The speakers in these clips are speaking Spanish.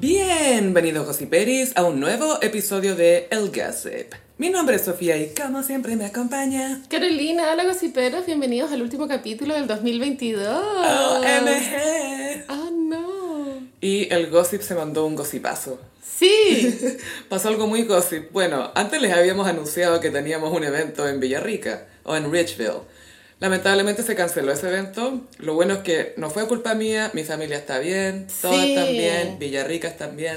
Bienvenidos gossiperis a un nuevo episodio de El Gossip. Mi nombre es Sofía y como siempre me acompaña Carolina, hola gossiperos, bienvenidos al último capítulo del 2022. Oh, OMG. ¡Ah, no! Y el gossip se mandó un gossipazo. ¡Sí! Pasó algo muy gossip. Bueno, antes les habíamos anunciado que teníamos un evento en Villarrica o en Richville. Lamentablemente se canceló ese evento. Lo bueno es que no fue culpa mía, mi familia está bien, todos Sí. están bien, Villarrica está bien.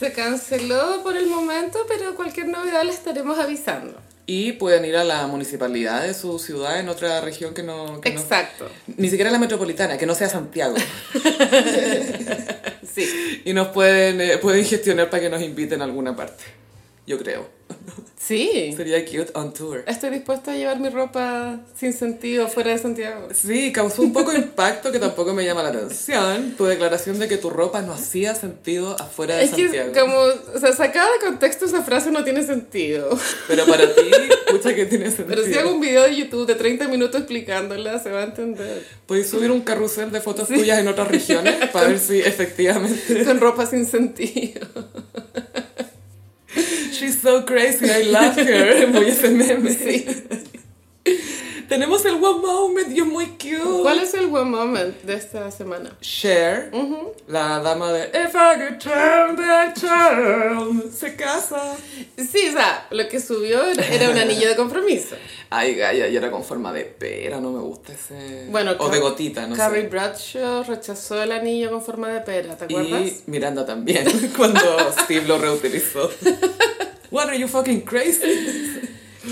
Se canceló por el momento, pero cualquier novedad la estaremos avisando. Y pueden ir a la municipalidad de su ciudad en otra región que no... que no- Exacto. Ni siquiera la metropolitana, que no sea Santiago. Sí. Y nos pueden, eh, pueden gestionar para que nos inviten a alguna parte. Yo creo. Sí. Sería cute on tour. Estoy dispuesta a llevar mi ropa sin sentido fuera de Santiago. Sí, causó un poco de impacto que tampoco me llama la atención. Tu declaración de que tu ropa no hacía sentido afuera de Es que Santiago. como, o sea, sacada de contexto esa frase no tiene sentido. Pero para ti, escucha que tiene sentido. Pero si hago un video de YouTube de 30 minutos explicándola, se va a entender. Podéis subir un carrusel de fotos tuyas en otras regiones para ver si efectivamente... Con ropa sin sentido. She's so crazy, I love her. Muy ese meme. Tenemos el one moment y es muy cute. ¿Cuál es el buen moment de esta semana? Cher, la dama de If I could turn back time, se casa. Sí, o sea, lo que subió era era un anillo de compromiso. Ay, gaya, y era con forma de pera, no me gusta ese. Bueno, o Car- de gotita, no Carrie sé. Bradshaw rechazó el anillo con forma de pera, ¿te acuerdas? Y Miranda también, cuando Steve lo reutilizó. What are you fucking crazy?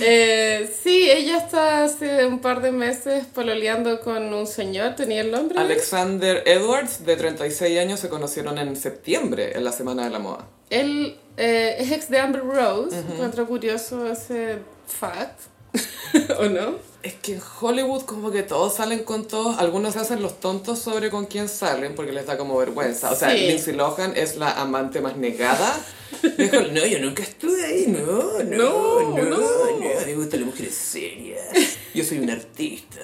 Eh, sí, ella está hace un par de meses pololeando con un señor, tenía el nombre. Alexander Edwards, de 36 años, se conocieron en septiembre, en la Semana de la Moda. Él eh, es ex de Amber Rose, encuentro curioso ese fact, ¿o no? Es que en Hollywood como que todos salen con todos, algunos se hacen los tontos sobre con quién salen porque les da como vergüenza. O sea, Sí. Lindsay Lohan es la amante más negada. Dijo, no, yo nunca estuve ahí, no, no, no, No, no, no. me gustan las mujeres serias, yo soy un artista.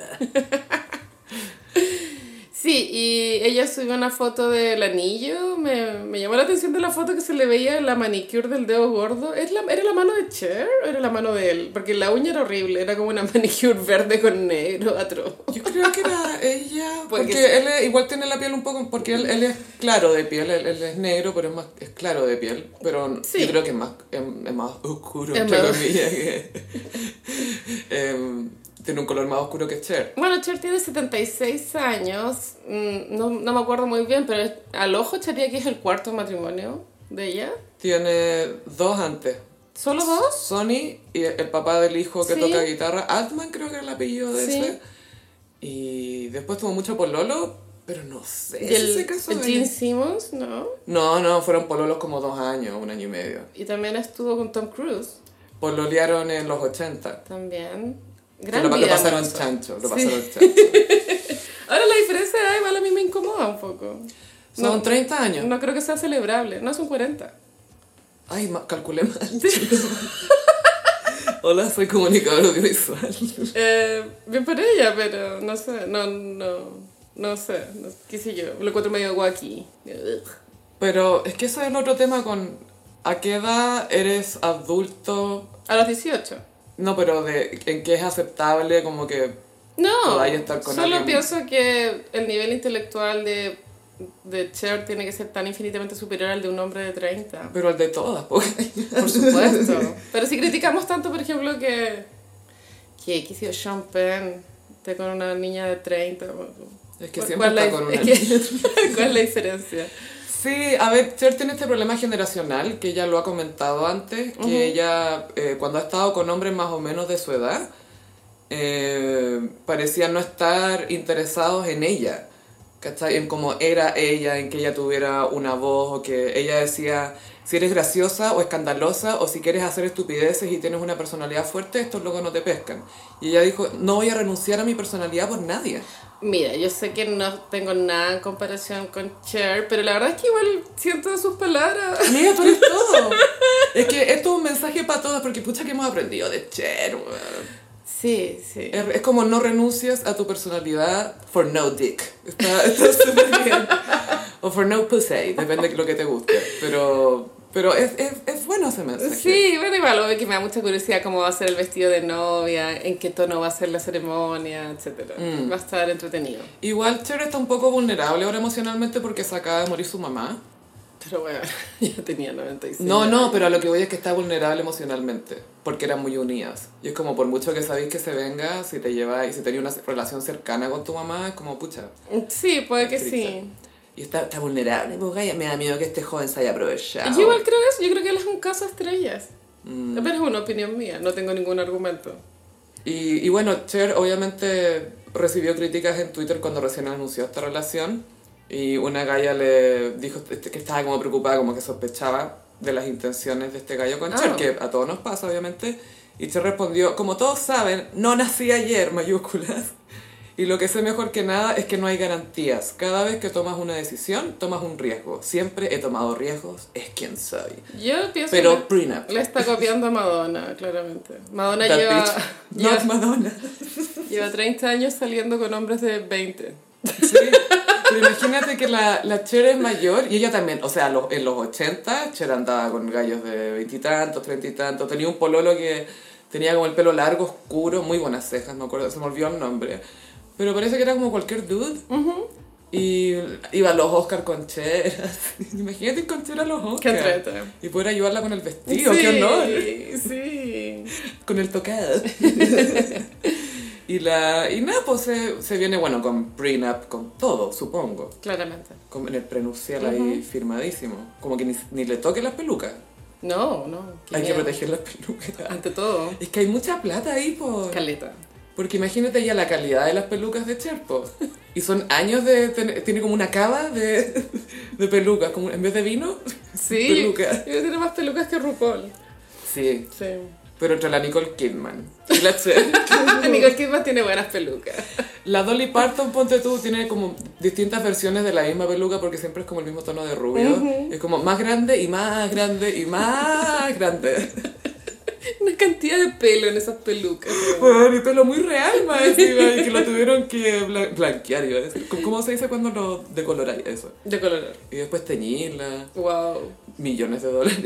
Sí, y ella subió una foto del anillo. Me, me llamó la atención de la foto que se le veía la manicure del dedo gordo. ¿Es la- ¿Era la mano de Cher o era la mano de él? Porque la uña era horrible, era como una manicure verde con negro atroz. Yo creo que era ella, porque, Porque él es- igual tiene la piel un poco, porque él, él es claro de piel, él, él es negro, pero es más es claro de piel, pero Sí. yo creo que es más, es, es más oscuro, Es entre más- comillas, que- em, tiene un color más oscuro que Cher. Bueno, Cher tiene 76 años, mm, no, no me acuerdo muy bien, pero al ojo echaría que es el cuarto matrimonio de ella. Tiene dos antes. ¿Solo dos? Sonny y el papá del hijo que Sí. toca guitarra, Altman creo que era el apellido de Sí. ese. Y después tuvo mucho pololo, pero no sé Y si el, se casó el ahí. Gene Simmons, ¿no? No, no, fueron pololos como dos años, un año y medio. Y también estuvo con Tom Cruise, Pololearon Pues en los 80. también. Que Gran lo, lo vida pasaron amorosa. chancho, lo Sí. pasaron chancho. Ahora la diferencia de edad igual a mí me incomoda un poco. Son No. 30 años. No creo que sea celebrable, no son 40. Ay, ma- calculé mal. Hola, soy comunicador audiovisual. Eh, bien por ella, pero no sé, no, no, no sé, no- qué sé yo, lo encuentro medio guaki. Ugh. Pero es que eso es el otro tema con... ¿A qué edad eres adulto A los 18. No, pero de, en qué es aceptable, como que... No, Podáis estar con solo alguien. pienso que el nivel intelectual de, de Cher tiene que ser tan infinitamente superior al de un hombre de 30. Pero el de todas, porque... Por supuesto. Pero si criticamos tanto, por ejemplo, que. que qué sé yo, Sean Penn esté con una niña de 30. bueno, Es que ¿cuál- siempre cuál está la- con una es que- ¿Cuál es la diferencia? Sí, a ver, Cher tiene este problema generacional, que ella lo ha comentado antes, que ella, eh, cuando ha estado con hombres más o menos de su edad, eh, parecía no estar interesados en ella, ¿cachai? En cómo era ella, en que ella tuviera una voz, o que ella decía, si eres graciosa o escandalosa, o si quieres hacer estupideces y tienes una personalidad fuerte, estos locos no te pescan. Y ella dijo, no voy a renunciar a mi personalidad por nadie. Mira, yo sé que no tengo nada en comparación con Cher, pero la verdad es que igual siento sus palabras. Amiga, tú eres todo. Es que esto es un mensaje para todas, porque pucha que hemos aprendido de Cher, weón. Sí, sí. Es, es como no renuncias a tu personalidad for no dick. Está está súper bien. o for no pussy, depende de lo que te guste. Pero, pero es, es, es bueno ese mensaje. Sí, bueno, igual, obvio que me da mucha curiosidad cómo va a ser el vestido de novia, en qué tono va a ser la ceremonia, etc. Va a estar entretenido. Igual Cher está un poco vulnerable ahora emocionalmente porque se acaba de morir su mamá. Pero bueno, ya tenía 96. No, no, pero a lo que voy es que está vulnerable emocionalmente, porque eran muy unidas. Y es como, por mucho que sabéis que se venga, si te lleva y si tenía una relación cercana con tu mamá, es como, pucha. Sí, puede que sí. Y está, está vulnerable, pues, gaya, me da miedo que este joven se haya aprovechado. Yo igual creo eso, yo creo que él es un caso estrellas. Pero es una opinión mía, no tengo ningún argumento. Y, y bueno, Cher obviamente recibió críticas en Twitter cuando recién anunció esta relación. Y una galla le dijo este- que estaba como preocupada, como que sospechaba de las intenciones de este gallo con Ah. Cher, que a todos nos pasa, obviamente. Y Cher respondió, como todos saben, no nací ayer, mayúsculas. Y lo que sé mejor que nada es que no hay garantías. Cada vez que tomas una decisión, tomas un riesgo. Siempre he tomado riesgos, es quien soy. Yo pienso Pero que prenup. le está copiando a Madonna, claramente. Madonna That lleva, bitch. Not lleva, Madonna. lleva 30 años saliendo con hombres de 20. Sí, pero imagínate que la, la Cher es mayor y ella también, o sea, los- en los 80 Cher andaba con gallos de veintitantos, treinta y tantos, tenía un pololo que tenía como el pelo largo, oscuro, muy buenas cejas, me acuerdo, se me olvidó el nombre, pero parece que era como cualquier dude. Y iba a los Oscar con Cher. Imagínate ir con Cher a los Qué Oscar. entrete. Y poder ayudarla con el vestido, qué honor Sí. con el tocado. y la y nada, pues se, se viene, bueno, con prenup, con todo, supongo. Claramente. Con el prenupcial ahí firmadísimo. Como que ni, ni le toque las pelucas. No, no. qué hay que miedo. proteger las pelucas. Ante todo, Es que hay mucha plata ahí, po. caleta. Porque imagínate ya la calidad de las pelucas de Cher, po. Y son años de... tener- tiene como una cava de, de pelucas. Como, en vez de vino, Sí. Peluca. Yo, yo tiene más pelucas que RuPaul. sí. Sí. Pero entre la Nicole Kidman y la Cher... Nicole Kidman tiene buenas pelucas. La Dolly Parton, ponte tú, tiene como distintas versiones de la misma peluca porque siempre es como el mismo tono de rubio. Es como más grande y más grande y más grande. Una cantidad de pelo en esas pelucas. Bueno, y pelo muy real, más encima, y que lo tuvieron que blan- blanquear, iba a decir. ¿Cómo- ¿Cómo se dice cuando lo decoloráis eso? De color. Y después teñirla, Wow. millones de dólares.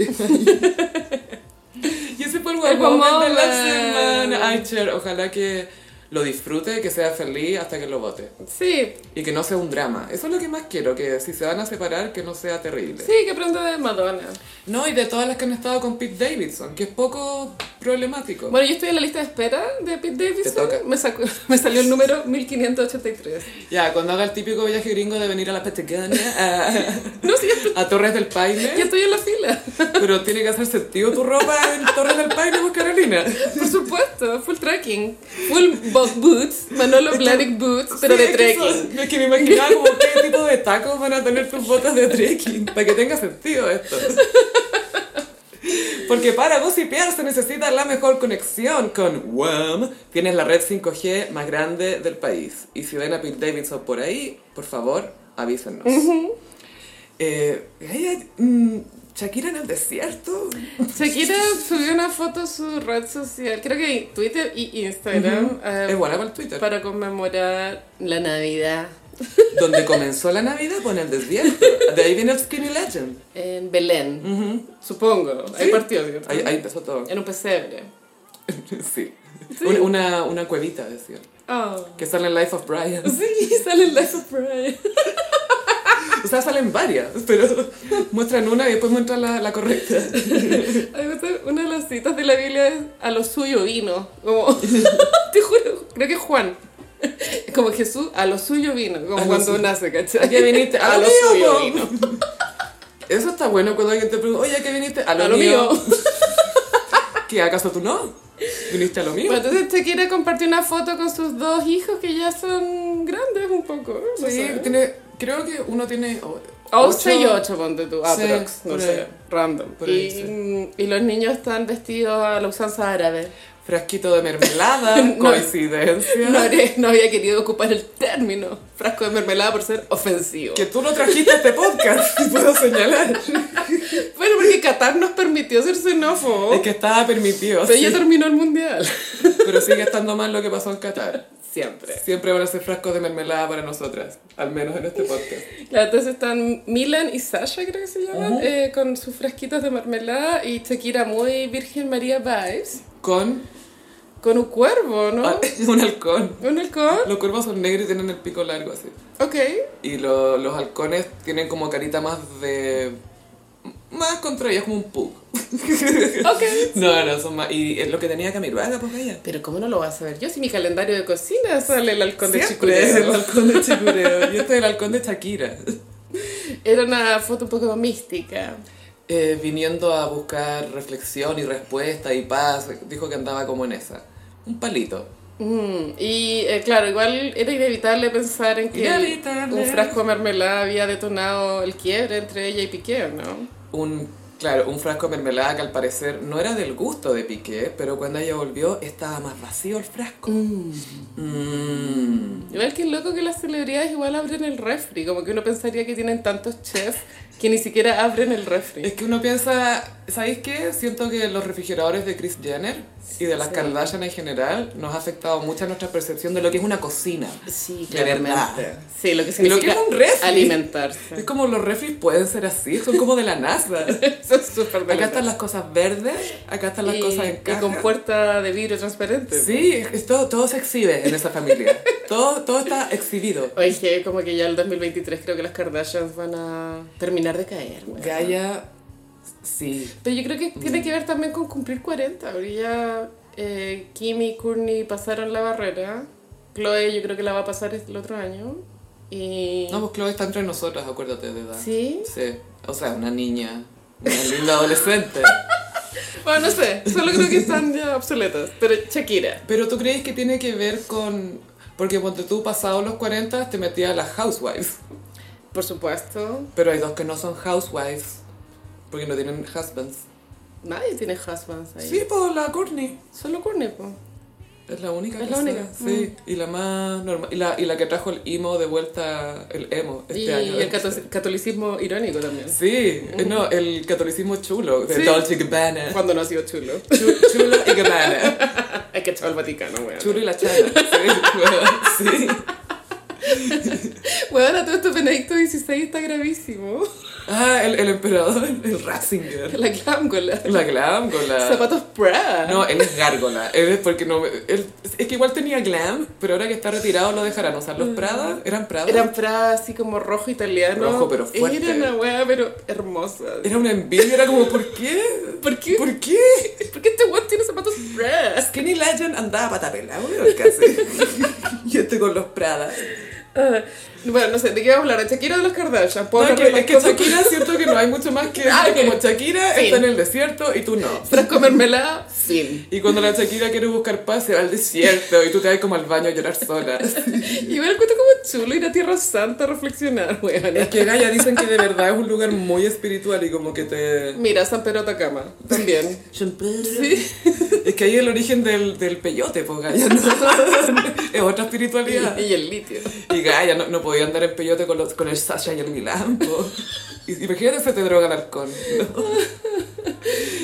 y ese fue el El guapo de la guamomen. semana. Ay, Cher, ojalá que lo disfrute, que sea feliz hasta que lo vote. Sí, Y que no sea un drama. Eso es lo que más quiero, que si se van a separar, que no sea terrible. sí, que aprende de Madonna. No, y de todas las que han estado con Pete Davidson, que es poco problemático. Bueno, yo estoy en la lista de espera de Pete Davidson. Te toca. Me, sacó- me salió el número 1583. Ya, cuando haga el típico viaje gringo de venir a la Patagonia, No, sí, ya a, a Torres del ya Paine, estoy en la fila. pero tiene que hacer sentido tu ropa en Torres del Paine, pues Carolina. Por supuesto, full trekking. Full bo- boots, Manolo Blahnik boots, pero Sí, de es que eso- trekking. Es que me imaginaba como qué tipo de tacos van a tener tus botas de trekking, para que tenga sentido esto. Porque para gossipear se necesita la mejor conexión con WAM. Tienes la red 5G más grande del país. Y si ven a Pete Davidson por ahí, por favor, avísenos. Eh, ay, ay, mm, Shakira en el desierto. Shakira subió una foto a su red social, creo que en Twitter y Instagram, eh, Es buena para el Twitter. para conmemorar la Navidad Donde comenzó la Navidad, pues en el desierto. De ahí viene el Skinny Legend. en Belén, supongo. Ahí partió, ¿cierto? Ahí, ahí empezó todo. En un pesebre. Sí. Un- Una, una cuevita, decía. Oh. Que sale en Life of Brian. Sí, sale el Life of Brian. O sea, salen varias, pero muestran una y después muestran la, la correcta. A mí me gusta una de las citas de la Biblia es a lo suyo vino. Como, te juro, creo que es Juan. Como Jesús, a lo suyo vino. Como A lo cuando suyo. nace, ¿A ¿cachai? qué viniste? A lo suyo po. Eso está bueno cuando alguien te pregunta, oye, ¿a qué viniste? A A lo, lo mío. mío. ¿Qué, acaso tú no? ¿Viniste a lo mío? Bueno, entonces te quiere compartir una foto con sus dos hijos que ya son grandes un poco. No sí, sé. tiene, creo que uno tiene... o- 11 y ocho- 8, ponte tú, aprox, Sí, no por sé, ahí. random. Por ahí, y, y los niños están vestidos a la usanza árabe. Frasquito de mermelada, No. coincidencia. No, haré- no había querido ocupar el término frasco de mermelada por ser ofensivo. Que tú no trajiste a este podcast, puedo señalar. Bueno, porque Qatar nos permitió ser xenófobos. Es que estaba permitido. Pero sí. ya terminó el mundial. Pero sigue estando mal lo que pasó en Qatar. Siempre. Siempre van a ser frascos de mermelada para nosotras, al menos en este podcast. Las dos están Milan y Sasha, creo que se llaman, eh, con sus frasquitos de mermelada y Shakira muy Virgen María Vibes, Con con un cuervo, ¿no? ah, un halcón. Un halcón. Los cuervos son negros y tienen el pico largo así. Ok. Y lo- los halcones tienen como carita más de... Más contraída, como un pug. Ok. No, no, son más... Y es lo que tenía Camiruaga, pues ella. Pero ¿cómo no lo vas a ver yo si mi calendario de cocina sale el halcón de Siempre es el Chicureo? halcón de Chicureo. Y este es el halcón de Shakira. Era una foto un poco mística. Eh, viniendo a buscar reflexión y respuesta y paz. Dijo que andaba como en esa. Un palito. Mm, y eh, claro, igual era inevitable pensar en que el- Inevitable. un frasco de mermelada había detonado el quiebre entre ella y Piqué, ¿no? un, claro, un frasco de mermelada que al parecer no era del gusto de Piqué, pero cuando ella volvió estaba más vacío el frasco. Mm. Igual que loco que las celebridades igual abren el refri, como que uno pensaría que tienen tantos chefs que ni siquiera abren el Es refri. que uno piensa, ¿sabéis qué? Siento que los refrigeradores de Kris Jenner y de las Sí. Kardashian en general nos ha afectado mucho nuestra percepción de lo que es una cocina. Sí, De verdad. Sí, lo que Y lo que significa es un refri. Es alimentarse. como los refris pueden ser así, son como de la NASA. Eso es súper Acá están delicado. las cosas verdes, acá están las Y- cosas en Y con caja. puerta de vidrio transparente. Sí, es todo, todo se exhibe en esa familia. todo, todo está exhibido. Oye, como que ya el 2023 creo que las Kardashians van a terminar de caer. güey. Gaia, sí. Pero yo creo que tiene que ver también con cumplir 40. Ahora ya eh, Kim y Courtney pasaron la barrera. Chloe yo creo que la va a pasar el otro año. Y... No, pues Chloe está entre nosotras, acuérdate de edad. ¿Sí? Sí. O sea, una niña, una linda adolescente. Bueno, no sé. Solo creo que están ya obsoletas. Pero Shakira. Pero tú crees que tiene que ver con... Porque cuando tú pasado los 40 te metías a las housewives. Por supuesto. Pero hay dos que no son housewives. Porque no tienen husbands. Nadie tiene husbands ahí. Sí, pues la Courtney. Solo Courtney, po. Es la única Es que la sé. única. Mm. Sí. Y la más normal. Y la, y la que trajo el emo de vuelta, el emo, este y año. el cato- catolicismo irónico también. Sí, eh, no, el catolicismo chulo, de Sí. Dolce Gabbana. Cuando no ha sido chulo. Chu- Chulo y Gabbana. Hay que echar al Vaticano, weón. Chulo y la chana. Sí, weón, sí. Bueno, todo esto Benedicto XVI está gravísimo. Ah, el, el emperador, el Ratzinger. La glángula. La glam con la... Zapatos Prada. No, él es gárgola. Él es porque no... él- es que igual tenía glam, pero ahora que está retirado lo dejarán. O sea, los Prada, ¿eran Prada? Mm. Eran Prada así como rojo italiano. Rojo, pero fuerte. Era una weá, pero hermosa. Era una envidia, era como, ¿por qué? ¿Por qué? ¿Por qué? ¿Por qué este weón tiene zapatos Prada? Skinny Legend andaba patapela, weón, casi. y este con los Prada. Ah, bueno, no sé, ¿de qué vamos a hablar? ¿Shakira o de los Kardashian? No, ¿Puedo es hablar de que, las es que cosas Shakira siento que no hay mucho más que Ah, decir, ok. como Shakira Sí. está en el desierto y tú no. Frasco de mermelada, fin. Y cuando la Shakira quiere buscar paz se va al desierto y tú te vas como al baño a llorar sola. Igual encuentro como chulo ir a Tierra Santa a reflexionar, Es weón. que Gaia dicen que de verdad es un lugar muy espiritual y como que te... Mira, San Pedro Atacama, también. Sí. Es que ahí el origen del, del peyote, pues Gaia, ¿no? Es otra Y, espiritualidad. y el litio. Y Gaia no, no podía andar en peyote con, los- con el Sasha y el Milán, po. Y- Imagínate se te droga el arcón. ¿no?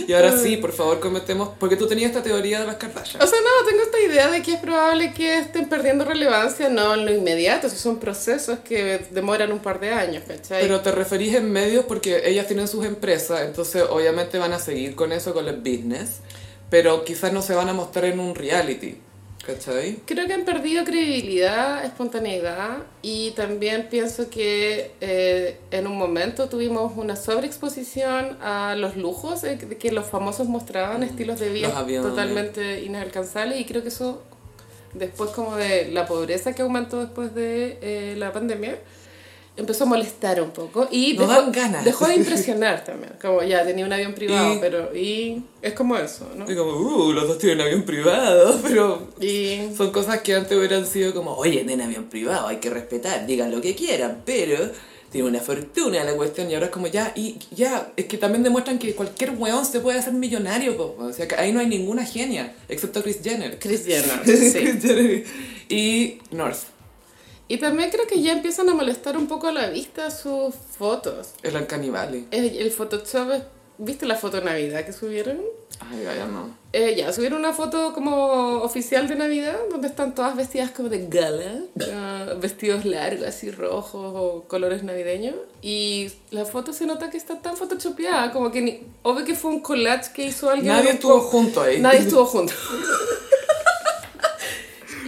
Y ahora sí, por favor, cometemos... Porque tú tenías esta teoría de las Kardashian. O sea, no, tengo esta idea de que es probable que estén perdiendo relevancia, no en lo inmediato, si son procesos que demoran un par de años, ¿cachai? Pero te referís en medios porque ellas tienen sus empresas, entonces obviamente van a seguir con eso, con el business, pero quizás no se van a mostrar en un reality, ¿cachai? Creo que han perdido credibilidad, espontaneidad y también pienso que eh, en un momento tuvimos una sobreexposición a los lujos eh, que que los famosos mostraban, estilos de Mm, los vida aviones. totalmente inalcanzables y creo que eso después como de la pobreza que aumentó después de eh, la pandemia empezó a molestar un poco y Nos dejó, dan ganas. dejó de impresionar también, como ya tenía un avión privado, Y- pero y es como eso, ¿no? Y como, uh, los dos tienen avión privado, pero Y son cosas que antes hubieran sido como, oye, tienen avión privado, hay que respetar, digan lo que quieran, pero tiene una fortuna la cuestión y ahora es como ya, y ya, es que también demuestran que cualquier weón se puede hacer millonario, po. o sea, que ahí no hay ninguna genia, excepto Chris Jenner. Cristiana, sí. Kris Jenner y North. Y también creo que ya empiezan a molestar un poco a la vista sus fotos. El Uncanny Valley. El, el Photoshop es ¿Viste la foto de Navidad que subieron? Ay, Gaia, no. Eh, ya, subieron una foto como oficial de Navidad, donde están todas vestidas como de gala, ah, vestidos largos, así rojos o colores navideños. Y la foto se nota que está tan photoshopeada, como que ni, obvio que fue un collage que hizo alguien. Nadie en un estuvo co- junto ahí. Nadie estuvo junto.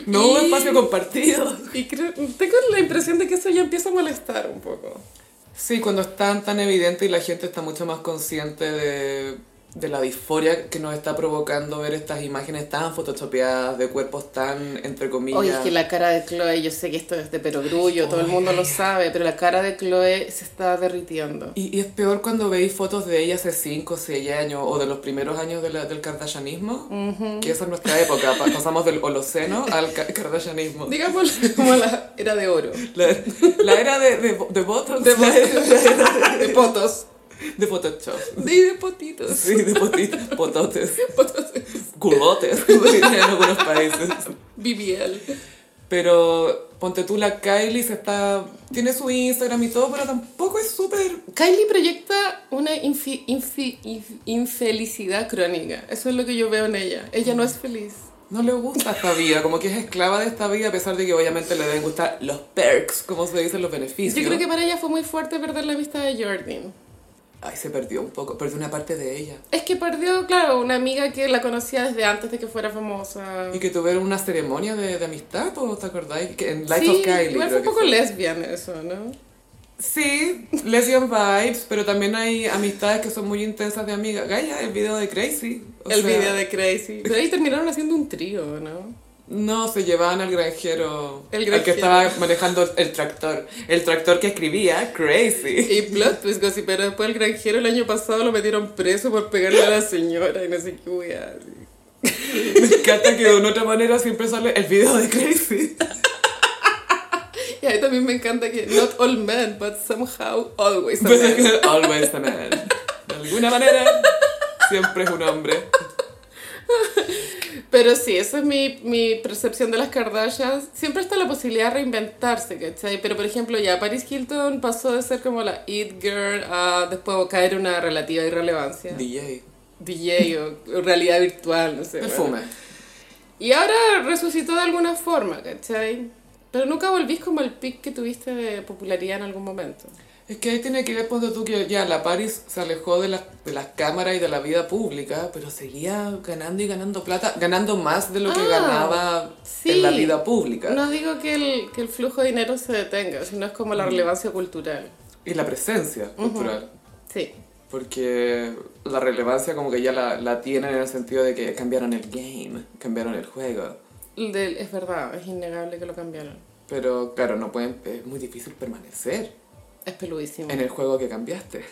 No hubo Y- espacio compartido. Y creo- tengo la impresión de que eso ya empieza a molestar un poco. Sí, cuando es tan, tan evidente y la gente está mucho más consciente de, de la disforia que nos está provocando ver estas imágenes tan photoshopeadas de cuerpos tan, entre comillas... Oye, es que la cara de Chloe, yo sé que esto es de perogrullo, todo el mundo lo sabe, pero la cara de Chloe se está derritiendo. Y, y es peor cuando veis fotos de ella hace 5, 6 años o de los primeros años de la- del kardashianismo, que esa es nuestra época, pa- pasamos del holoceno al ca- kardashianismo. Digámoslo como la era de oro. La, la era de, de, de Botox, De la era potos. De potos. de Photoshop. Sí, de potitos. Sí, de poti- pototes, culotes, como dicen en algunos países. BBL. Pero ponte tú, la Kylie se está, tiene su Instagram y todo, pero tampoco es súper... Kylie proyecta una infi- infi- inf- infelicidad crónica. Eso es lo que yo veo en ella. Ella no es feliz. No le gusta esta vida, como que es esclava de esta vida, a pesar de que obviamente le deben gustar los perks, como se dicen los beneficios. Yo creo que para ella fue muy fuerte perder la amistad de Jordan. Ay, se perdió un poco, perdió una parte de ella. Es que perdió, claro, una amiga que la conocía desde antes de que fuera famosa. Y que tuvieron una ceremonia de, de amistad, pues, ¿te acordáis? Que en Lights of Kylie. creo igual fue un que poco fue. lesbian eso, ¿no? Sí, lesbian vibes, pero también hay amistades que son muy intensas de amigas. Gaia, el video de Crazy. o el sea, video de Crazy. Pero ahí terminaron haciendo un trío, ¿no? No, se llevaban al granjero. El Al que granjero. estaba manejando el, el tractor. El tractor que escribía, Crazy. Y plot twist, gossip, pero después el granjero el año pasado lo metieron preso por pegarle a la señora y no sé qué wea. así. Me encanta que de una otra manera siempre sale el video de Crazy. Y ahí también me encanta que not all men, but somehow always a Pues man. es que Always a man. De alguna manera, siempre es un hombre. Pero sí, esa es mi, mi percepción de las Kardashians. Siempre está la posibilidad de reinventarse, ¿cachai? Pero por ejemplo, ya Paris Hilton pasó de ser como la it girl a después caer en una relativa irrelevancia. DJ. DJ o o realidad virtual, no sé. Perfume. Y ahora resucitó de alguna forma, ¿cachai? Pero nunca volvís como el pic que tuviste de popularidad en algún momento. Es que ahí tiene que ver cuando tú que ya la Paris se alejó de, las de las cámaras y de la vida pública, pero seguía ganando y ganando plata, ganando más de lo que Ah, ganaba en sí. la vida pública. No digo que el, que el flujo de dinero se detenga, sino es como la relevancia cultural. Y la presencia cultural. Sí. Porque la relevancia como que ya la, la tienen en el sentido de que cambiaron el game, cambiaron el juego. El del- es verdad, es innegable que lo cambiaron. Pero claro, no pueden, es muy difícil permanecer Es peludísimo. en el juego que cambiaste.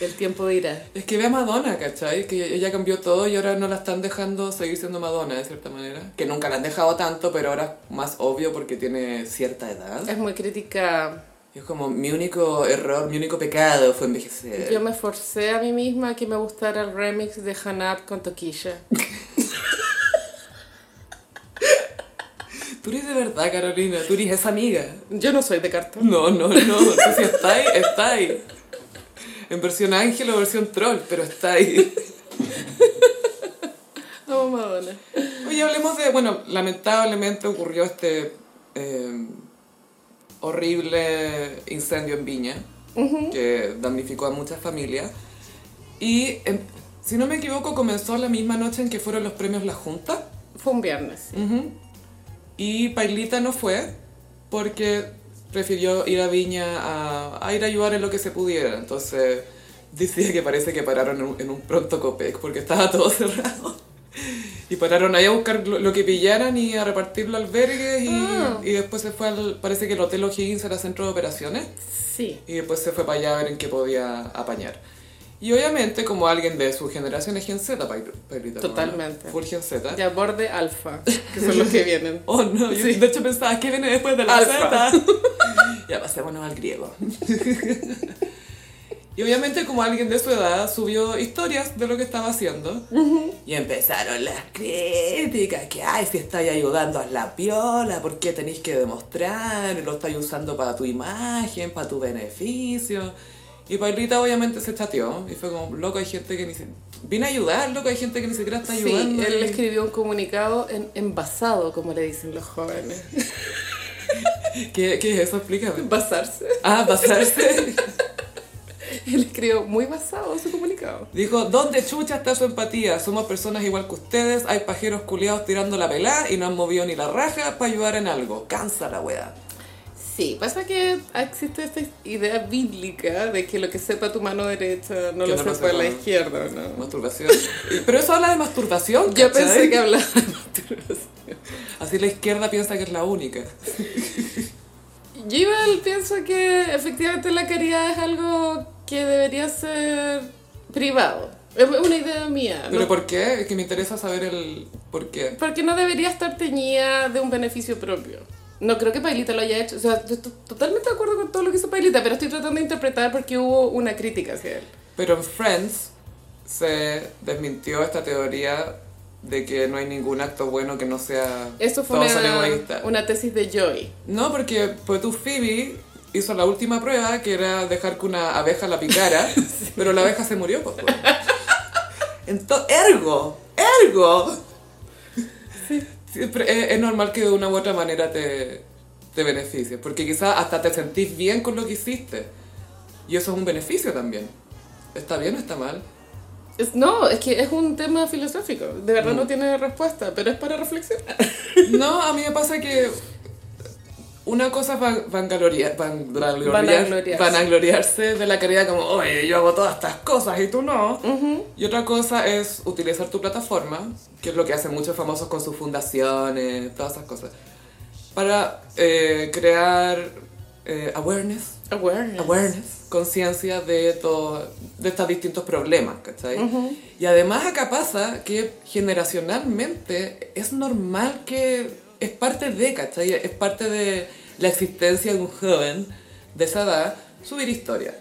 El tiempo dirá. Es que ve a Madonna, ¿cachai? Que ella cambió todo y ahora no la están dejando seguir siendo Madonna, de cierta manera. Que nunca la han dejado tanto, pero ahora es más obvio porque tiene cierta edad. Es muy crítica. Y es como, mi único error, mi único pecado fue envejecer. Yo me forcé a mí misma a que me gustara el remix de Hanap con Toquilla. Tú eres de verdad, Carolina, tú eres esa amiga. Yo no soy de cartón. No, no, no, tú si está ahí, está ahí. En versión ángel o versión troll, pero está ahí. Amo Madonna. Oye, hablemos de, bueno, lamentablemente ocurrió este eh, horrible incendio en Viña que damnificó a muchas familias. Y em, si no me equivoco, comenzó la misma noche en que fueron los premios La Junta. Fue un viernes. Ujú. Y Pailita no fue porque prefirió ir a Viña a, a ir a ayudar en lo que se pudiera. Entonces decía que parece que pararon en un, en un pronto Copec porque estaba todo cerrado. Y pararon ahí a buscar lo, lo que pillaran y a repartirlo a albergues y, Ah. y después se fue al, parece que el Hotel O'Higgins era centro de operaciones Sí. y después se fue para allá a ver en qué podía apañar. Y obviamente como alguien de su generación es Gen Z, Pail- Pailita. ¿no? Totalmente. Full Gen Z. De aborde alfa, que son los que vienen. Oh no, yo Sí. de hecho pensaba que viene después de la Alfa. Z. ya pasémonos al griego. y obviamente como alguien de su edad subió historias de lo que estaba haciendo. Y empezaron las críticas, que ay, si estáis ayudando a la piola, ¿por qué tenéis que demostrar? Lo estáis usando para tu imagen, para tu beneficio. Y Pailita obviamente se chateó y fue como, loco, hay gente que ni se... Vine a ayudar, loco, hay gente que ni siquiera está ayudando. Sí, él escribió un comunicado en, envasado, como le dicen los jóvenes. ¿Qué, ¿Qué es eso? Explícame. Basarse. Ah, pasarse. Él escribió muy basado su comunicado. Dijo, ¿dónde chucha está su empatía? Somos personas igual que ustedes, hay pajeros culiados tirando la pelá y no han movido ni la raja para ayudar en algo. Cansa la weá. Sí, pasa que existe esta idea bíblica de que lo que sepa tu mano derecha no Que lo no lo sepa la sepa. izquierda, ¿no? Masturbación. Pero eso habla de masturbación. Yo ¿cachai? pensé que hablaba de masturbación. Así la izquierda piensa que es la única. Yo igual pienso que efectivamente la caridad es algo que debería ser privado. Es una idea mía. ¿Pero Ah, no- por qué? Es que me interesa saber el por qué. Porque no debería estar teñida de un beneficio propio. No creo que Pailita lo haya hecho. O sea, yo estoy totalmente de acuerdo con todo lo que hizo Pailita, pero estoy tratando de interpretar porque hubo una crítica hacia él. Pero en Friends se desmintió esta teoría de que no hay ningún acto bueno que no sea... Esto fue todos son una, egoístas. una tesis de Joy. No, porque pues tu Phoebe hizo la última prueba que era dejar que una abeja la picara, pero la abeja se murió, pues. pues. Ento- ergo, ergo. Siempre eh, es, es normal que de una u otra manera te, te beneficies, porque quizás hasta te sentís bien con lo que hiciste. Y eso es un beneficio también. ¿Está bien o está mal? Es- no, es que es un tema filosófico. De verdad no tiene respuesta, pero es para reflexionar. No, a mí me pasa que una cosa es van- vangloria- van- gloriar- Vanagloriarse. vanagloriarse de la caridad como, oye, yo hago todas estas cosas y tú no. Ujú. Y otra cosa es utilizar tu plataforma, que es lo que hacen muchos famosos con sus fundaciones, todas esas cosas, para eh, crear eh, awareness, Awareness. awareness, conciencia de, todo- de estos distintos problemas, ¿cachai? Y además acá pasa que generacionalmente es normal que es parte de, ¿cachai? Es parte de la existencia de un joven de esa edad subir historia.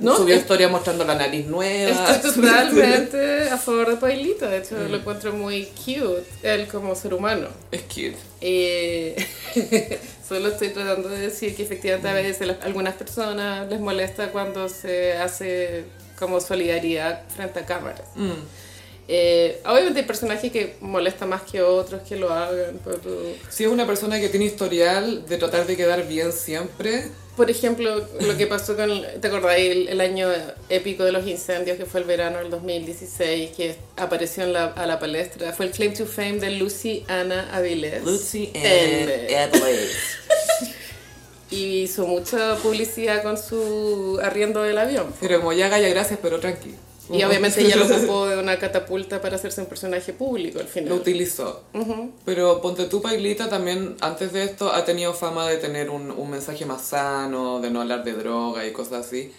No, Subió es- historia mostrando la nariz nueva. Estoy totalmente a favor de Pailita. De hecho, lo encuentro muy cute, él como ser humano. Es cute. Eh, solo estoy tratando de decir que efectivamente a veces las- algunas personas les molesta cuando se hace como solidaridad frente a cámaras. Eh, obviamente hay personajes que molesta más que otros que lo hagan, pero... Si es una persona que tiene historial de tratar de quedar bien siempre, Por ejemplo, lo que pasó con, ¿te acordáis el, el año épico de los incendios que fue el verano del 2016 que apareció en la- a la palestra? Fue el claim to fame de Lucy Ana Avilés. N. y hizo mucha publicidad con su arriendo del avión. pero como ya Gaya, gracias, pero tranqui. Y obviamente ella lo ocupó de una catapulta para hacerse un personaje público al Lo final. utilizó. Ujú. Pero Ponte tú, Pailita, también antes de esto ha tenido fama de tener un, un mensaje más sano, de no hablar de droga y cosas así.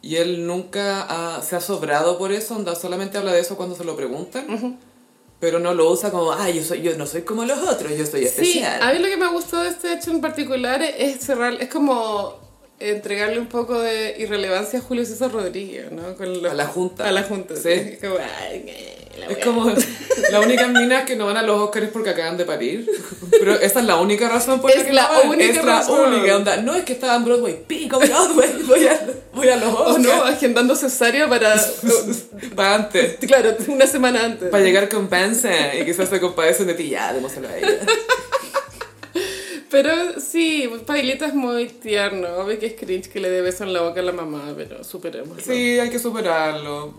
Y él nunca ha- se ha sobrado por eso, onda, solamente habla de eso cuando se lo preguntan. Pero no lo usa como, ay, yo, soy, yo no soy como los otros, yo soy Sí, especial. a mí lo que me gustó de este hecho en particular es cerrar, es como entregarle un poco de irrelevancia a Julio César Rodríguez, ¿no? Con los- A la junta. A la junta, sí. Sí. Es como, ay, eh, la Es wea. como la única minas que no van a los Oscars porque acaban de parir. Pero esa es la única razón por Es que la no van. única es razón. la única onda. No es que estaba en Broadway, pico Broadway, voy a, voy a los O Oscars. Oh, no, agendando cesárea para, Para antes, claro, una semana antes. para llegar con panza y quizás se compadecen de ti, ya, démoselo a ella. Pero sí, Pailita es muy tierno. Obvio que es cringe que le dé beso en la boca a la mamá, pero superemos. Sí, hay que superarlo.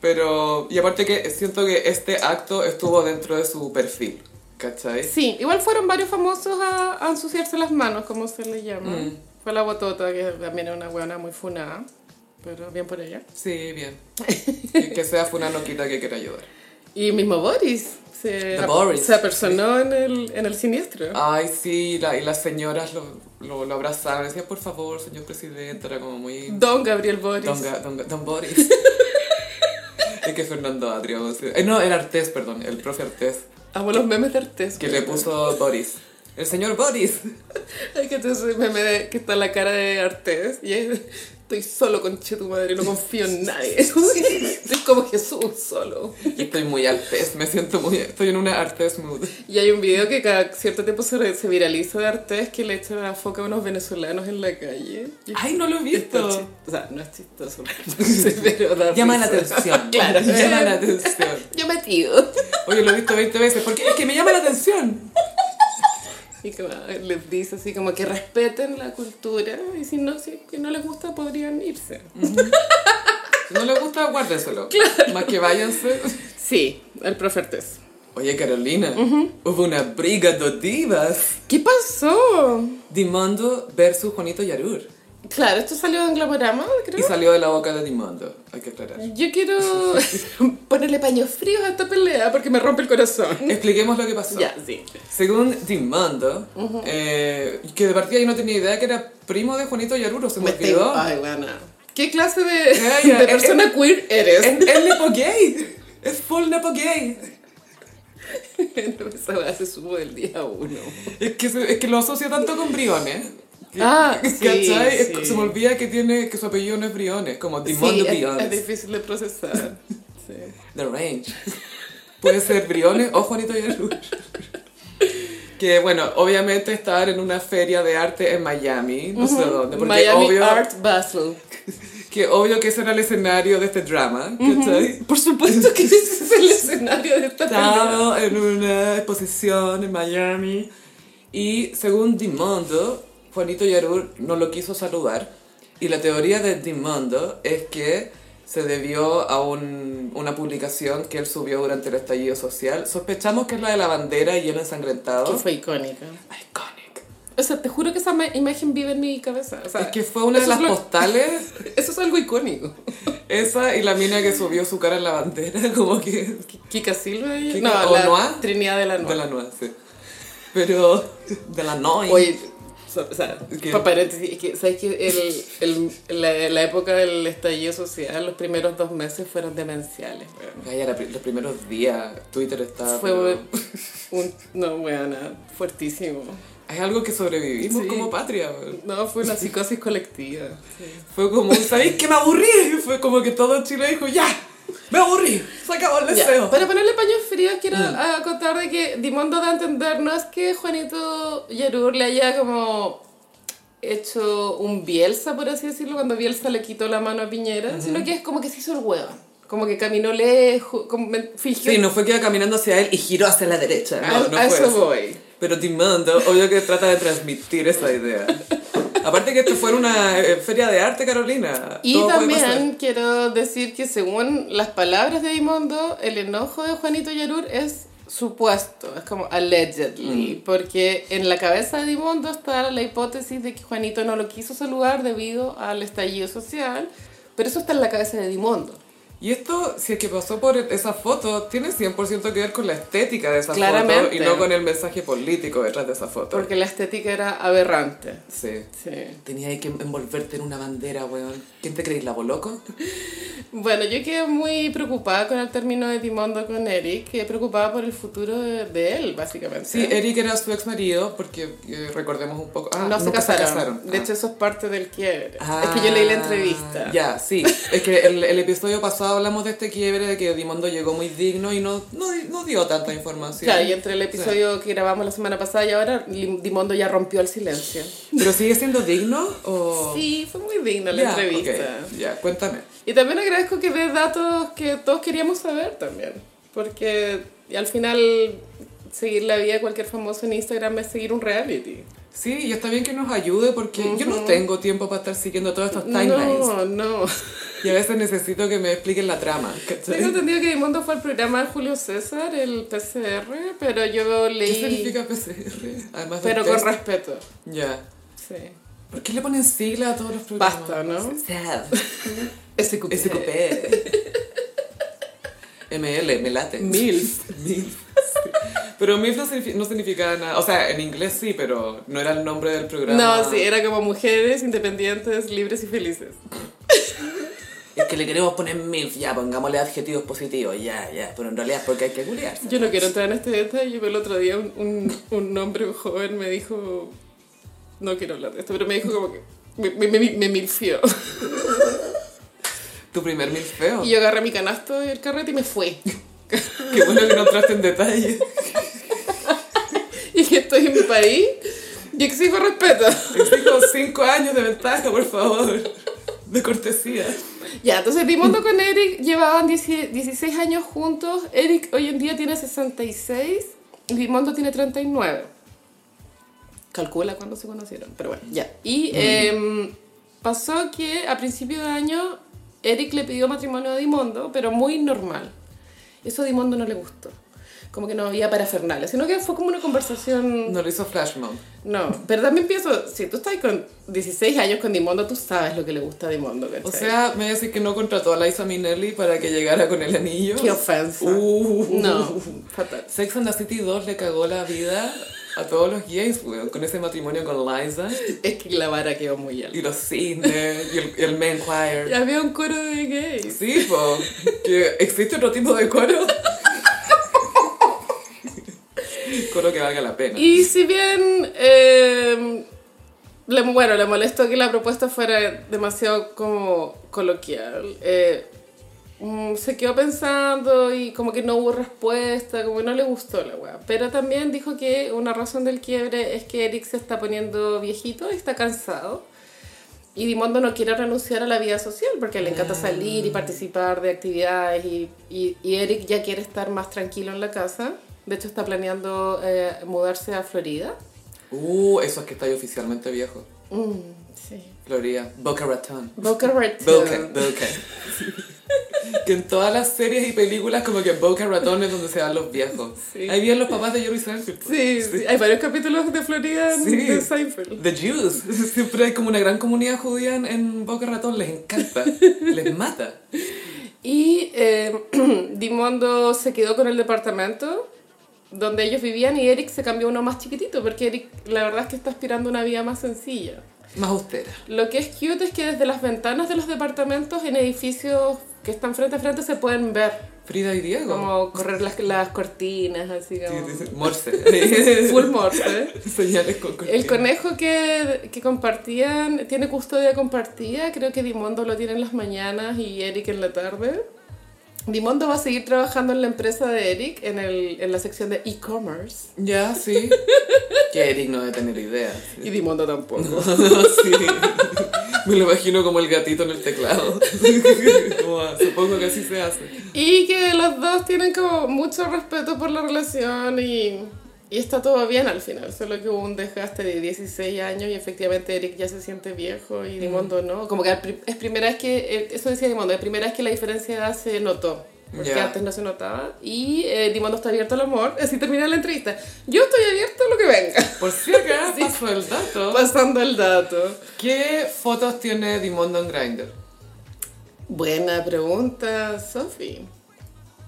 Pero, y aparte que siento que este acto estuvo dentro de su perfil, ¿cachai? Sí, igual fueron varios famosos a, a ensuciarse las manos, como se le llama. Mm. Fue la botota, que también es una buena muy funada, pero bien por ella. Sí, bien. Que, que sea fue una noquita que quiera ayudar. Y mismo Boris se, The Boris. Ah. se apersonó en el, en el siniestro. Ay, sí, y la- y las señoras lo, lo, lo abrazaban, decían, por favor, señor presidente, era como muy... Don Gabriel Boris. Don, Ga- don, Ga- don Boris. es que Fernando Atria, vamos a decir- eh, no, era Artés, perdón, el profe Artés, Amo los memes de Artes. que le puso Boris. El señor Boris. Hay que entonces meme de que está la cara de Artés y es, estoy solo con tu madre, no confío en nadie. Estoy como Jesús solo. Estoy muy Artés, me siento muy... Estoy en una Artés mood. Y hay un video que cada cierto tiempo se, re- se viraliza de Artés que le echa la foca a unos venezolanos en la calle. Y es- Ay, no lo he está chis- visto. O sea, no es chistoso, realmente, pero da Llama la risa. atención. Claro. Llama la atención. Yo me tío. Oye, lo he visto 20 veces. ¿Por qué? Es que me llama la atención. Y como, les dice así como que respeten la cultura y si no, si que no les gusta podrían irse. Si no le gusta, guárdenselo. Más que váyanse. Sí, el profe Artés. Oye, Carolina, hubo una briga de divas. ¿Qué pasó? Dimondo versus Juanito Yarur. Claro, esto salió en Glamorama, Y creo. salió de la boca de Dimondo, hay que aclarar. Yo quiero ponerle paños fríos a esta pelea porque me rompe el corazón. Expliquemos lo que pasó. Ya, sí. Según Dimondo, eh, que de partida yo no tenía idea que era primo de Juanito Yarur, o se me, Me olvidó. tengo- Ay, bueno. ¿Qué clase de, Ya, ya, de eh, persona queer eres? Es, es nepo gay. Es full nepo gay. No, Esa weá se supo el día uno. Es que, se- es que lo asocio tanto con Briones. Ah, sí, ¿Cachai? Es- sí. Se me olvida que, tiene, que su apellido no es Briones, como Sí, Dimondo es- es, Briones. difícil de procesar. Sí. The Range. Puede ser Briones o Juanito Yarur. Que bueno, obviamente estar en una feria de arte en Miami, no sé dónde, porque Miami obvio, Art Basel. que obvio que ese era el escenario de este drama, ¿cachai? Por supuesto que ese es el escenario de esta pelea. Estaba en una exposición en Miami y según Dimondo, Juanito Yarur no lo quiso saludar y la teoría de Dimondo es que se debió a un- una publicación que él subió durante el estallido social. Sospechamos que es la de la bandera y el Que ensangrentado. fue icónica. Iconic. O sea, te juro que esa ma- imagen vive en mi cabeza. O sea, Es que fue una de eso las es lo- postales, Eso es algo icónico. esa y la mina que subió su cara en la bandera, como que Kika Silva y... Kika no, la Olnoa. Trinidad de la de Noa. la nuez. Pero de la noy. Oye, so- o sea, ¿Qué? pa- paréntesis, es que, ¿sabes que el, el- la, la época del estallido social, los primeros dos meses fueron demenciales, weón. Gaya, la pri- los primeros días Twitter estaba... Fue pero- un- un... No, weona, fuertísimo. Es algo que sobrevivimos Sí. como patria. weón. No, fue una psicosis colectiva. Fue como, un, ¿sabéis que me aburrí? Y Fue como que todo Chile dijo, ya, me aburrí, se acabó el Ya, deseo. Para ponerle paños fríos, quiero Mm. acotar de que Dimondo da a entender no es que Juanito Yarur le haya como hecho un Bielsa, por así decirlo, cuando Bielsa le quitó la mano a Piñera, sino que es como que se hizo el huevo. Como que caminó lejos, como me- fingió. Sí, no fue que iba caminando hacia él y giró hacia la derecha. a, No, no a fue eso eso. voy. Pero Timando, obvio que trata de transmitir esa idea. Aparte que esto fue una eh, feria de arte, Carolina. Y Todo puede pasar. también quiero decir que según las palabras de Dimondo, el enojo de Juanito Yarur es supuesto, es como Mm. allegedly, porque en la cabeza de Dimondo está la hipótesis de que Juanito no lo quiso saludar debido al estallido social, pero eso está en la cabeza de Dimondo. Y esto, si es que pasó por esa foto, tiene 100% que ver con la estética de esa foto Claramente. y no con el mensaje político detrás de esa foto. Porque la estética era aberrante. Sí. Sí. Tenía ahí que envolverte en una bandera, weón. ¿Quién te creéis, la boloco? Bueno, yo quedé muy preocupada con el término de Dimondo con Eric, que preocupada por el futuro de, de él, básicamente. Sí, Eric era su ex marido, porque eh, recordemos un poco. Ah, no se nunca casaron. De Ah. hecho, eso es parte del quiebre. Ah. es que yo leí la entrevista. Ya, sí. Es que el, el episodio pasado hablamos de este quiebre, de que Dimondo llegó muy digno y no, no, di- no dio tanta información. Claro, y entre el episodio que grabamos la semana pasada y ahora, Lim- Dimondo ya rompió el silencio. ¿Pero sigue siendo digno? O... Sí, fue muy digna la Oh. Ya, entrevista. ok, Ya, cuéntame. Y también agradezco que dé datos que todos queríamos saber también. Porque al final, seguir la vida de cualquier famoso en Instagram es seguir un reality. Sí, y está bien que nos ayude porque yo no tengo tiempo para estar siguiendo todos estos timelines. No, no. Y a veces necesito que me expliquen la trama. ¿cachai? Tengo entendido que Dimondo fue al programa de Julio César, el PCR, pero yo leí... ¿Qué significa PCR? Además del Pero con test. respeto. Ya. Sí. ¿Por qué le ponen sigla a todos los programas? Basta, ¿no? Sad. Ese cupé. SQP. ML, me late. Milf. Milf. sí. Pero MILF no, signifi- no significaba nada. O sea, en inglés sí, pero no era el nombre del programa. No, sí, era como mujeres independientes, libres y felices. Y es que le queremos poner MILF, ya, pongámosle adjetivos positivos, ya, ya, pero en realidad es porque hay que culiarse. Yo no quiero entrar en este detalle, pero el otro día un, un, un hombre, un joven, me dijo. No quiero hablar de esto, pero me dijo como que. Me, me, me, me milfió. Tu primer MILF feo. Y yo agarré mi canasto del carrete y me fue. Qué bueno que no entraste en detalle. Y que estoy en mi país y exijo respeto. Exijo cinco años de ventaja, por favor. De cortesía. Ya, entonces Dimondo con Eric llevaban 10 16 años juntos. Eric hoy en día tiene 66 y Dimondo tiene 39. Calcula cuándo se conocieron, pero bueno, ya. Y em, pasó que a principio de año Eric le pidió matrimonio a Dimondo, pero muy normal. Eso a Dimondo no le gustó. Como que no había parafernalia, sino que fue como una conversación... No lo hizo Flashmon. No, pero también pienso, si tú estás con 16 años con Dimondo, tú sabes lo que le gusta a Dimondo, ¿cachai? O sea, me voy a decir que no contrató a Liza Minnelli para que llegara con el anillo. qué ofensa. Uh. no, fatal. Sex and the City 2 le cagó la vida a todos los gays, weón, con ese matrimonio con Liza Es que la vara quedó muy alta. y los cisnes y el, y el men choir. Ya había un coro de gays. Sí, po, que existe otro tipo de coro. coro que valga la pena. Y si bien, eh, le, bueno, le molestó que la propuesta fuera demasiado como coloquial, eh, mm, se quedó pensando y como que no hubo respuesta, como que no le gustó la weá. Pero también dijo que una razón del quiebre es que Eric se está poniendo viejito y está cansado. Y Dimondo no quiere renunciar a la vida social porque le encanta salir y participar de actividades y, y- y Eric ya quiere estar más tranquilo en la casa. De hecho está planeando eh, mudarse a Florida. Uh, eso es que está ahí oficialmente viejo. Mm, sí. Gloria, Boca Raton. Boca Raton. Boca, Boca. que en todas las series y películas como que Boca Raton es donde se dan los viejos. Sí. Ahí vienen los papás de Jerry Seinfeld. po. Sí, sí, hay varios capítulos de Florida en- Sí. de Seinfeld. The Jews. Siempre hay como una gran comunidad judía en, en Boca Ratón. Les encanta. Les mata. Y eh, Dimondo se quedó con el departamento donde ellos vivían y Eric se cambió a uno más chiquitito porque Eric la verdad es que está aspirando a una vida más sencilla. Más austera. Lo que es cute es que desde las ventanas de los departamentos en edificios que están frente a frente se pueden ver Frida y Diego. como correr las, las cortinas, así Sí, como... sí, sí. Morse. Full morse. ¿eh? Señales con El cortina. conejo que, que compartían, tiene custodia compartida, creo que Dimondo lo tiene en las mañanas y Eric en la tarde. Dimondo va a seguir trabajando en la empresa de Eric, en, el, en la sección de e-commerce. Ya, sí. Que Eric no debe tener idea. Y Dimondo tampoco. Sí. Me lo imagino como el gatito en el teclado. Como, ah, supongo que así se hace. Y que los dos tienen como mucho respeto por la relación y, y está todo bien al final. Solo que hubo un desgaste de 16 años y efectivamente Eric ya se siente viejo y Dimondo no. Como que al pri- es primera vez que, eh, eso decía Dimondo, es primera vez que la diferencia de edad se notó. Porque Ya. antes no se notaba. Y eh, Dimondo está abierto al amor. Así termina la entrevista. Yo estoy abierto a lo que venga. Por si acaso Sí. Pues pasó el dato. Pasando el dato. Pues, ¿Qué fotos tiene Dimondo en Grindr? Buena pregunta, Sophie.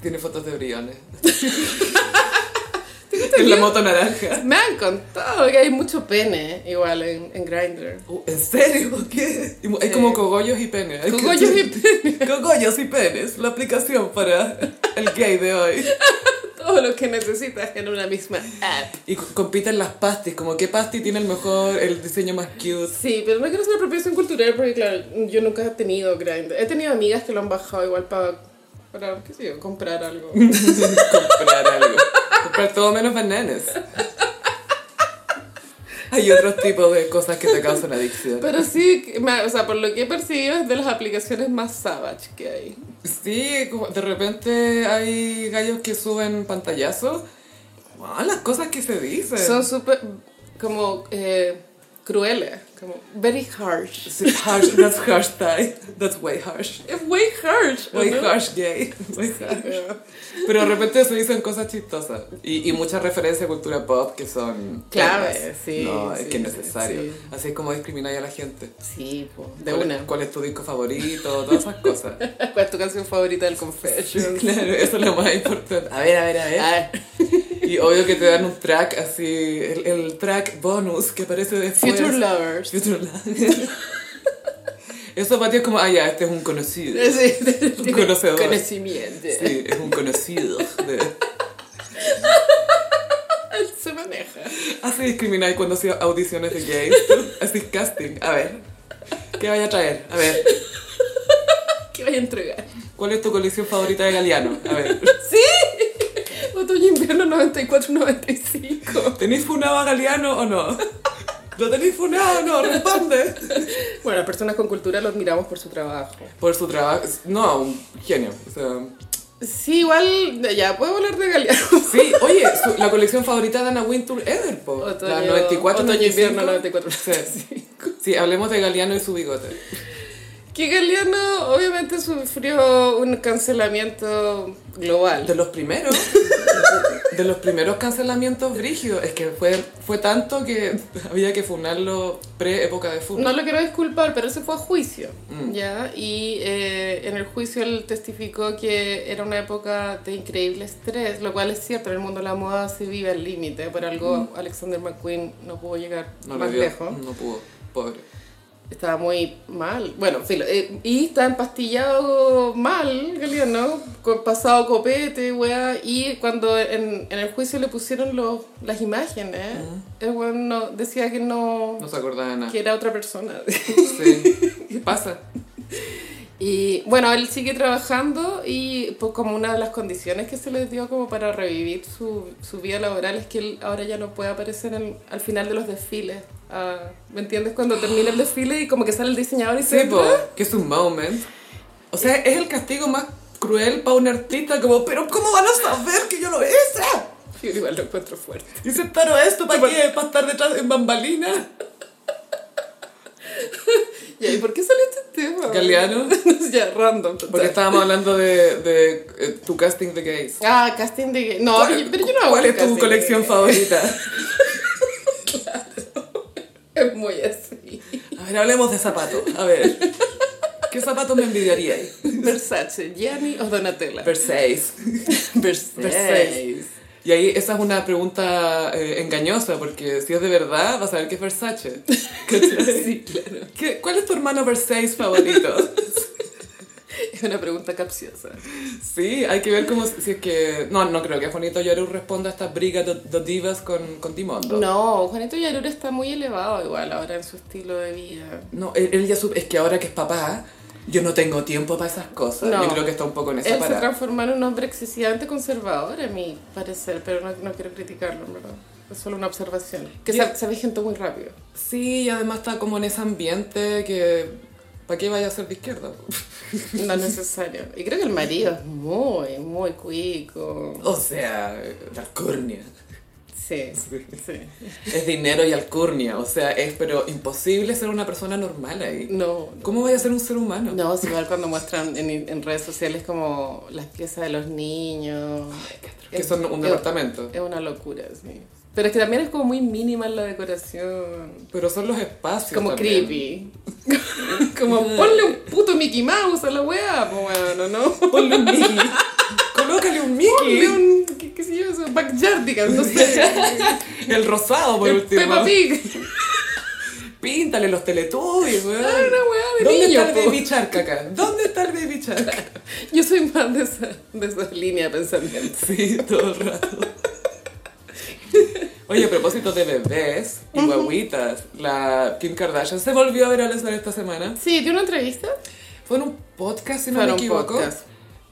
Tiene fotos de briones. en la moto naranja. Me han contado que hay mucho pene igual en, en Grindr. Uh, ¿En serio? ¿Qué? Y mu- Es Sí. como cogollos y penes. Hay que- Cogollos y penes. Cogollos y penes, la aplicación para el gay de hoy. todo lo que necesitas en una misma app. Y c- compiten las pastis, como qué pasty tiene el mejor, el diseño más cute. Sí, pero no quiero hacer apropiación cultural porque, claro, yo nunca he tenido Grindr. He tenido amigas que lo han bajado igual para, para qué sé yo, comprar algo. Comprar algo. Comprar todo menos bananas. Hay otros tipos de cosas que te causan adicción. Pero sí, que me- o sea, por lo que he percibido es de las aplicaciones más savage que hay. Sí, como de repente hay gallos que suben pantallazos. Wow, las cosas que se dicen. Son súper, como, eh, crueles, como very harsh. Sí, harsh, that's harsh Thai. That's way harsh. Es way harsh. ¿o Way no? harsh gay. Way harsh. Pero- Pero de repente se dicen cosas chistosas. Y, y muchas referencias a cultura pop que son... Clave, temas. sí, No, es sí, que es necesario. sí. Así es como discrimináis a la gente. Sí, po, de ¿Cuál, una. ¿Cuál es tu disco favorito? Todas esas cosas. ¿Cuál es tu canción favorita del Confessions? claro, eso es lo más importante. A ver, a ver, a ver. Ah, Y obvio que te dan un track así, el, Pues, el track bonus que aparece después. Future Lovers. Future Love. Eso para ti es como, ah, ya, este es un conocido. Sí, conocedor. Conocimiento. Sí, es un conocido. De- Se maneja. Así discrimináis cuando hacía audiciones de gays. Así casting. A ver, ¿qué vaya a traer? A ver, ¿Qué voy a entregar? ¿cuál es tu colección favorita de Galeano? A ver, Otoño invierno 94-95. ¿tenéis funado a Galeano o no? ¿Lo tenéis funado o no? Responde. Bueno, las personas con cultura los miramos por su trabajo. Por su trabajo. No, un genio. O sea, Sí, igual, ya, puedo hablar de Galeano. Sí, oye, su- la colección favorita de Anna Wintour ever, po. la 94 Otoño invierno 95. 94 Sí. Sí, hablemos de Galeano y su bigote. Que Galeano obviamente sufrió un cancelamiento global. De los primeros, de los primeros cancelamientos brígidos, es que fue, fue tanto que había que funarlo pre-época de fútbol. No lo quiero disculpar, pero ese fue a juicio, Mm. ¿ya? Y eh, en el juicio él testificó que era una época de increíble estrés, lo cual es cierto, en el mundo de la moda se vive al límite, por algo Alexander McQueen no pudo llegar Mm. No más le dio, Mm. lejos. no pudo, pobre. Estaba muy mal. Bueno, filo. eh, y está empastillado mal, Galeano, con pasado copete, weá. Y cuando en, en el juicio le pusieron los, las imágenes, el weón no, decía que no, Mm. No se acordaba de nada. que era otra persona. Sí. Pasa. y bueno, él sigue trabajando y pues como una de las condiciones que se les dio como para revivir su, su vida laboral es que él ahora ya no puede aparecer en- al final de los desfiles. Ah, ¿Me entiendes? Cuando termina el desfile y como que sale el diseñador y Sí, se po, que es un moment. O sea, es el castigo más cruel para un artista, como, pero ¿cómo van a saber que yo lo hice? Yo igual lo encuentro fuerte. Dice, pero esto para qué, para estar detrás en bambalina. Ya, ¿y por qué salió este tema? Galeano. ya, random. total. Porque estábamos hablando de, de, eh, tu casting de gays. Ah, casting de gay. No, yo- pero yo no hago Ah, ¿Cuál es casting tu de colección gay. favorita? Es muy así. A ver, hablemos de zapatos. A ver. ¿Qué zapatos me envidiaría? Versace, Gianni o Donatella. Versace. Versace. Y ahí esa es una pregunta eh, engañosa, porque si es de verdad, vas a ver que es Versace. Sí, claro. ¿Qué- ¿Cuál es tu hermano Versace favorito? Es una pregunta capciosa. Sí, hay que ver cómo, si es que... No, no creo que Juanito Yaru responda a esta briga de, de divas con, con Timondo. No, Juanito Yarur está muy elevado igual ahora en su estilo de vida. No, él, él ya supe, es que ahora que es papá, yo no tengo tiempo para esas cosas. No. Yo creo que está un poco en esa Él se parada. transformó en un hombre excesivamente conservador, a mi parecer, pero no, no quiero criticarlo, en verdad. Es solo una observación. Que Yo- se, se avejentó muy rápido. Sí, y además está como en ese ambiente que... ¿Para qué vaya a ser de izquierda? No es necesario. Y creo que el marido es muy, muy cuico. O sea, la alcurnia. Sí, sí. Es dinero y alcurnia. O sea, es pero imposible ser una persona normal ahí. No, ¿Cómo vaya a ser un ser humano? no, si igual cuando muestran en, en redes sociales como las piezas de los niños. Que son un es- departamento. Es una locura, sí. Pero es que también es como muy mínima la decoración. Pero son los espacios Como también. creepy. como ponle un puto Mickey Mouse a la wea, pues bueno, ¿no? Ponle un Mickey. Colócale un Ponle Mickey. un, qué, qué sé yo, eso, Backyardigan, no sé. El rosado, por el último. Peppa Pig. Píntale los teletubbies, weón. Ah, una weá de ¿Dónde niño, está el po. baby shark acá? ¿Dónde está el baby shark? Yo soy más de esa, de esa línea de pensamiento. Sí, todo el rato. Oye, a propósito de bebés y guaguitas, la Kim Kardashian se volvió a ver al estar esta semana. Sí, ¿tiene una entrevista? Fue en un podcast, si no Fue en me un equivoco, podcast.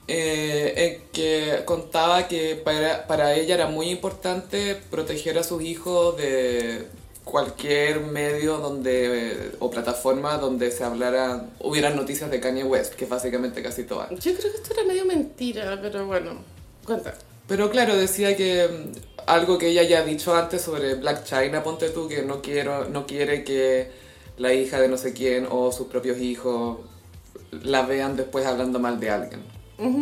eh, en que contaba que para, para ella era muy importante proteger a sus hijos de cualquier medio donde eh, o plataforma donde se hablara, hubieran noticias de Kanye West, que es básicamente casi todas. Yo creo que esto era medio mentira, pero bueno, cuenta. Pero claro, decía que mm, algo que ella ya ha dicho antes sobre Black China, ponte tú, que no, quiero, no quiere que la hija de no sé quién o sus propios hijos la vean después hablando mal de alguien.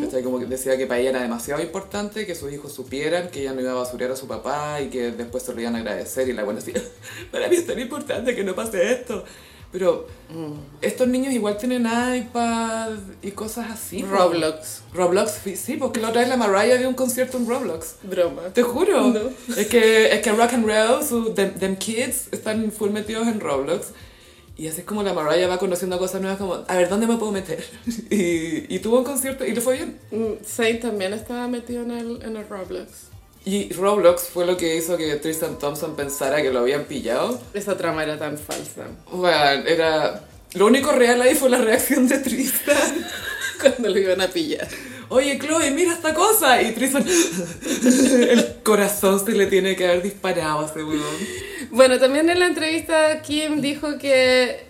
¿Cachai? Como que decía que para ella era demasiado importante que sus hijos supieran que ella no iba a basurear a su papá y que después se lo iban a agradecer y la buena decía, para mí es tan importante que no pase esto. Pero Mm. estos niños igual tienen iPad y cosas así. po. Roblox. Roblox, sí, sí, porque la otra vez la Mariah dio un concierto en Roblox. Broma. Te juro. No. Es que es que Rock and Roll, su, them, them Kids, están full metidos en Roblox. Y así es como la Mariah va conociendo cosas nuevas, como, a ver, ¿dónde me puedo meter? Y, y tuvo un concierto y le fue bien. Mm, Zayn también estaba metido en el, en el Roblox. Y Roblox fue lo que hizo que Tristan Thompson pensara que lo habían pillado. Esa trama era tan falsa. Bueno, era... Lo único real ahí fue la reacción de Tristan. Cuando lo iban a pillar. Oye, Chloe, mira esta cosa. Y Tristan... El corazón se le tiene que haber disparado a ese weón. Bueno, también en la entrevista Kim dijo que,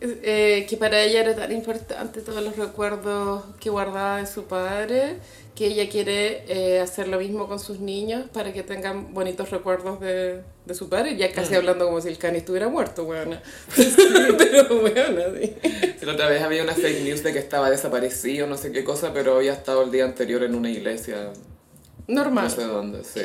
eh, que para ella era tan importante todos los recuerdos que guardaba de su padre, que ella quiere eh, hacer lo mismo con sus niños para que tengan bonitos recuerdos de, de su padre, ya casi hablando como si el cani estuviera muerto, weona. Pero weona, sí. La otra vez había una fake news de que estaba desaparecido, no sé qué cosa, pero había estado el día anterior en una iglesia, Normal. no sé dónde, sí.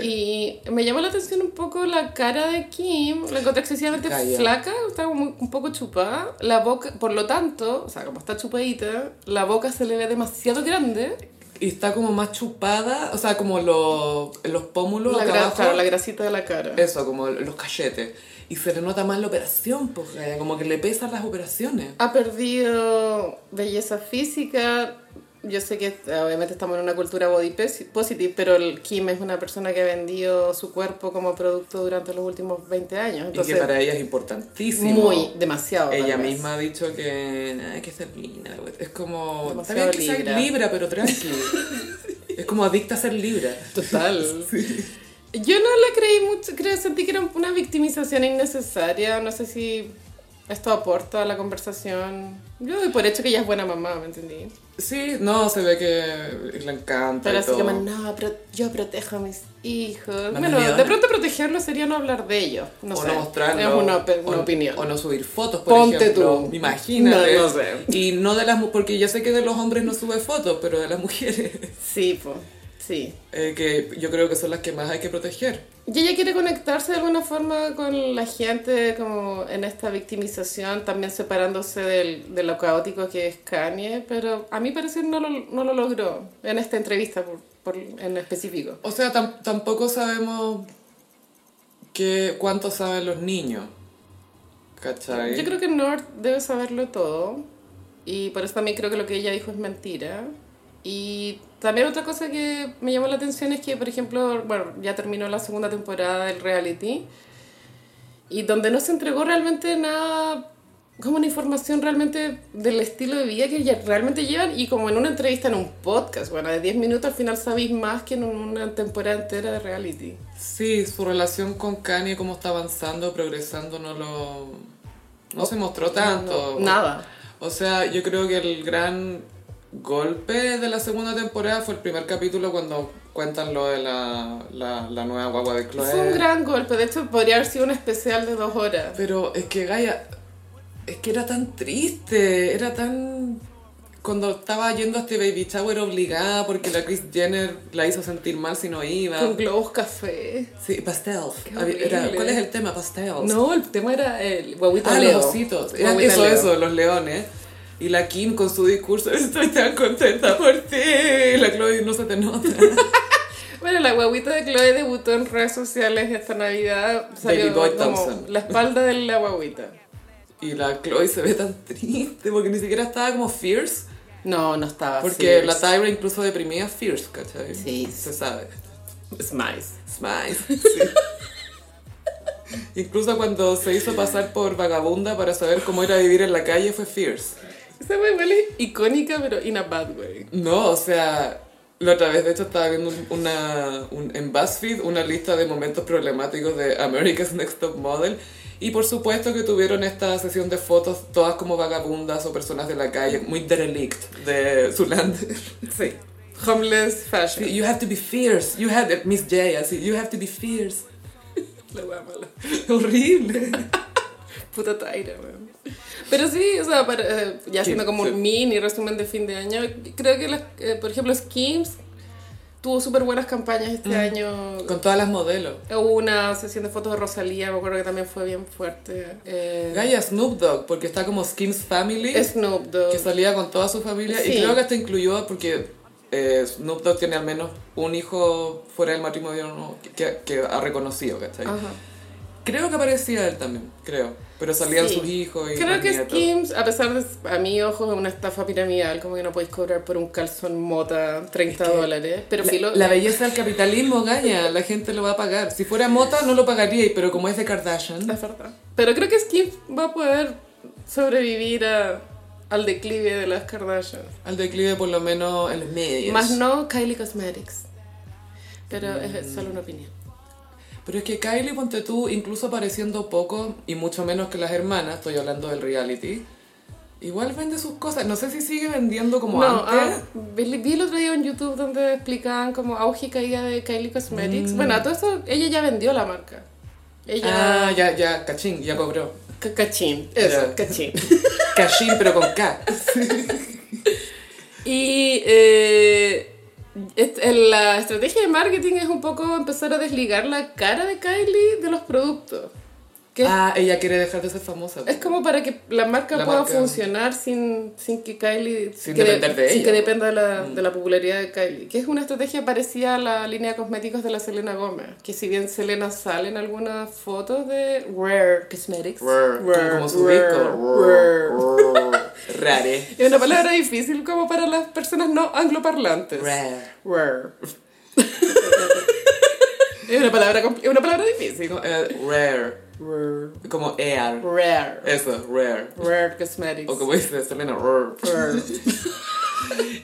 Y me llamó la atención un poco la cara de Kim. La encontré excesivamente Calla. flaca, está como un poco chupada. La boca, por lo tanto, o sea, como está chupadita, la boca se le ve demasiado grande. Y está como más chupada, o sea, como lo- los pómulos La, acá grasa, abajo. la grasita de la cara. Eso, como los cachetes. Y se le nota más la operación, porque como que le pesan las operaciones. Ha perdido belleza física. Yo sé que obviamente estamos en una cultura body pes- positive, pero el Kim es una persona que ha vendido su cuerpo como producto durante los últimos 20 años. y Entonces, que para ella es importantísimo. muy, demasiado. tal Ella vez. misma ha dicho que nada, que ser linda. la wea". Es como. Está bien Demasiado que sea libra. libra, pero tranqui. es como adicta a ser libra. Total. Yo no la creí mucho, creo, sentí que era una victimización innecesaria, no sé si esto aporta a la conversación. Yo doy por hecho que ella es buena mamá, ¿me entendí? Sí, no, se ve que le encanta. Pero y así todo. como, no, pro- yo protejo a mis hijos. Mamá bueno, de leona. pronto protegerlos sería no hablar de ellos, no o sé. no mostrarlo. es una, opi- o- una opinión. O no subir fotos, por Ponte ejemplo. tú. Imagínate. No, no sé. Y no de las... mu- Porque yo sé que de los hombres no sube fotos, pero de las mujeres, Sí, pues, sí. eh, que yo creo que son las que más hay que proteger. Y ella quiere conectarse de alguna forma con la gente, como en esta victimización, también separándose del, de lo caótico que es Kanye, pero a mí parecer no lo, no lo logró en esta entrevista por, por- en específico. O sea, tam- tampoco sabemos que, cuánto saben los niños. ¿Cachai? Yo creo que North debe saberlo todo, y por eso también creo que lo que ella dijo es mentira. Y también otra cosa que me llamó la atención es que, por ejemplo, bueno, ya terminó la segunda temporada del reality, y donde no se entregó realmente nada, como una información realmente del estilo de vida que ya realmente llevan y como en una entrevista en un podcast, bueno, de 10 minutos al final sabéis más que en una temporada entera de reality. Sí, su relación con Kanye, cómo está avanzando, progresando, no lo... No se mostró tanto. No, nada. O sea, yo creo que el gran golpe de la segunda temporada fue el primer capítulo cuando cuentan lo de la, la, la nueva guagua de Chloe. Fue un gran golpe, de hecho podría haber sido un especial de dos horas. Pero es que Gaia, es que era tan triste, era tan... Cuando estaba yendo a este baby shower obligada porque la Kris Jenner la hizo sentir mal si no iba. Con globos café. Sí, pastels. Qué Había- era- horrible. ¿Cuál es el tema? Pastels. No, el tema era el guaguita Ah, Leo. los ositos. Eran Guaguita eso, Leo. eso, los leones. Y la Kim con su discurso, estoy tan contenta por ti. Y la Chloe no se te nota. Bueno, la guaguita de Chloe debutó en redes sociales esta Navidad. Salió Baby Boy como Thompson. la espalda de la guaguita. Y la Chloe se ve tan triste porque ni siquiera estaba como fierce. No, no estaba Porque así. la Tyra incluso deprimía fierce, ¿cachai? Ah, Sí. Se sabe. Es más. Smiles. Incluso cuando se hizo pasar por vagabunda para saber cómo era vivir en la calle fue fierce. Esa wea igual es icónica, pero in a bad way. No, o sea, la otra vez de hecho estaba viendo un- una, un- en BuzzFeed una lista de momentos problemáticos de America's Next Top Model y por supuesto que tuvieron esta sesión de fotos todas como vagabundas o personas de la calle, muy derelict de Zulander. Sí. Homeless fashion. You have to be fierce, you have Miss J, así, you have to be fierce. La wea mala. Horrible. Puta Tyra, weón. Pero sí, o sea, para, eh, ya Sí, haciendo como sí. un mini resumen de fin de año, creo que, las, eh, por ejemplo, Skims tuvo súper buenas campañas este Mm. año. Con todas las modelos. Hubo una sesión de fotos de Rosalía, me acuerdo que también fue bien fuerte. Eh, Gaia Snoop Dogg, porque está como Skims Family, Snoop que Dogg. salía con toda su familia. Sí. Y creo que hasta incluyó, porque eh, Snoop Dogg tiene al menos un hijo fuera del Ah. matrimonio no, que, que ha reconocido, ¿cachai? Ajá. Creo que aparecía él también, creo. Pero salían Sí. sus hijos y Creo los que nietos. Skims, a pesar de, a mi ojo, es una estafa piramidal, como que no podéis cobrar por un calzón mota 30 que dólares, pero La, filo, la belleza del capitalismo, gaña, la gente lo va a pagar. Si fuera mota, no lo pagaría, pero como es de Kardashian, es verdad. Pero creo que Skims va a poder sobrevivir a- al declive de las Kardashian. al declive por lo menos en los medios. Más no Kylie Cosmetics. Pero Mm. es solo una opinión. Pero es que Kylie, ponte tú, incluso apareciendo poco, y mucho menos que las hermanas, estoy hablando del reality, igual vende sus cosas. No sé si sigue vendiendo como no, antes. ah, vi, vi el otro día en YouTube donde explicaban como auge y caída de Kylie Cosmetics. Mm. Bueno, a todo eso, ella ya vendió la marca. Ella... Ah, ya, ya, cachín, ya cobró. C- Cachín, eso, Ya. cachín. Cachín, pero con K. Y eh, est- en la estrategia de marketing es un poco empezar a desligar la cara de Kylie de los productos. Que es- Ah, ella quiere dejar de ser famosa. es como para que la marca La pueda marca. funcionar sin, sin que Kylie... Sin que depender de sin ella. Mm. que dependa de la, de la popularidad de Kylie. Que es una estrategia parecida a la línea de cosméticos de la Selena Gomez. Que si bien Selena sale en algunas fotos de Rare Cosmetics. Rrr, Rare, como, como su rare, disco. rare. Rrr, rrr. Rare. Es una palabra difícil como para las personas no angloparlantes. Rare. Rare. es una palabra compl- es una palabra difícil. Digo, eh, rare. Rare. Como air. Rare. Eso, rare. Rare cosmetics. O como dice Selena, rare. Rare.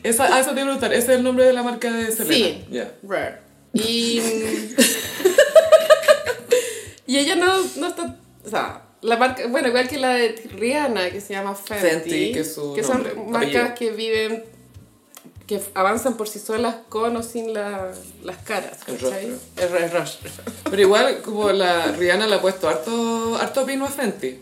Esa, ah, eso te iba a preguntar, ¿ese es el nombre de la marca de Selena? Sí. Ya. Rare. Y y ella no, no está, o sea, la marca, bueno, igual que la de Rihanna que se llama Fenty, Fenty, que es su son nombre, marcas apellido. que viven que avanzan por sí solas con o sin la- las caras, El ¿cachai? rostro. El re- el rostro. Pero igual, como la Rihanna le ha puesto harto, harto pino a Fenty.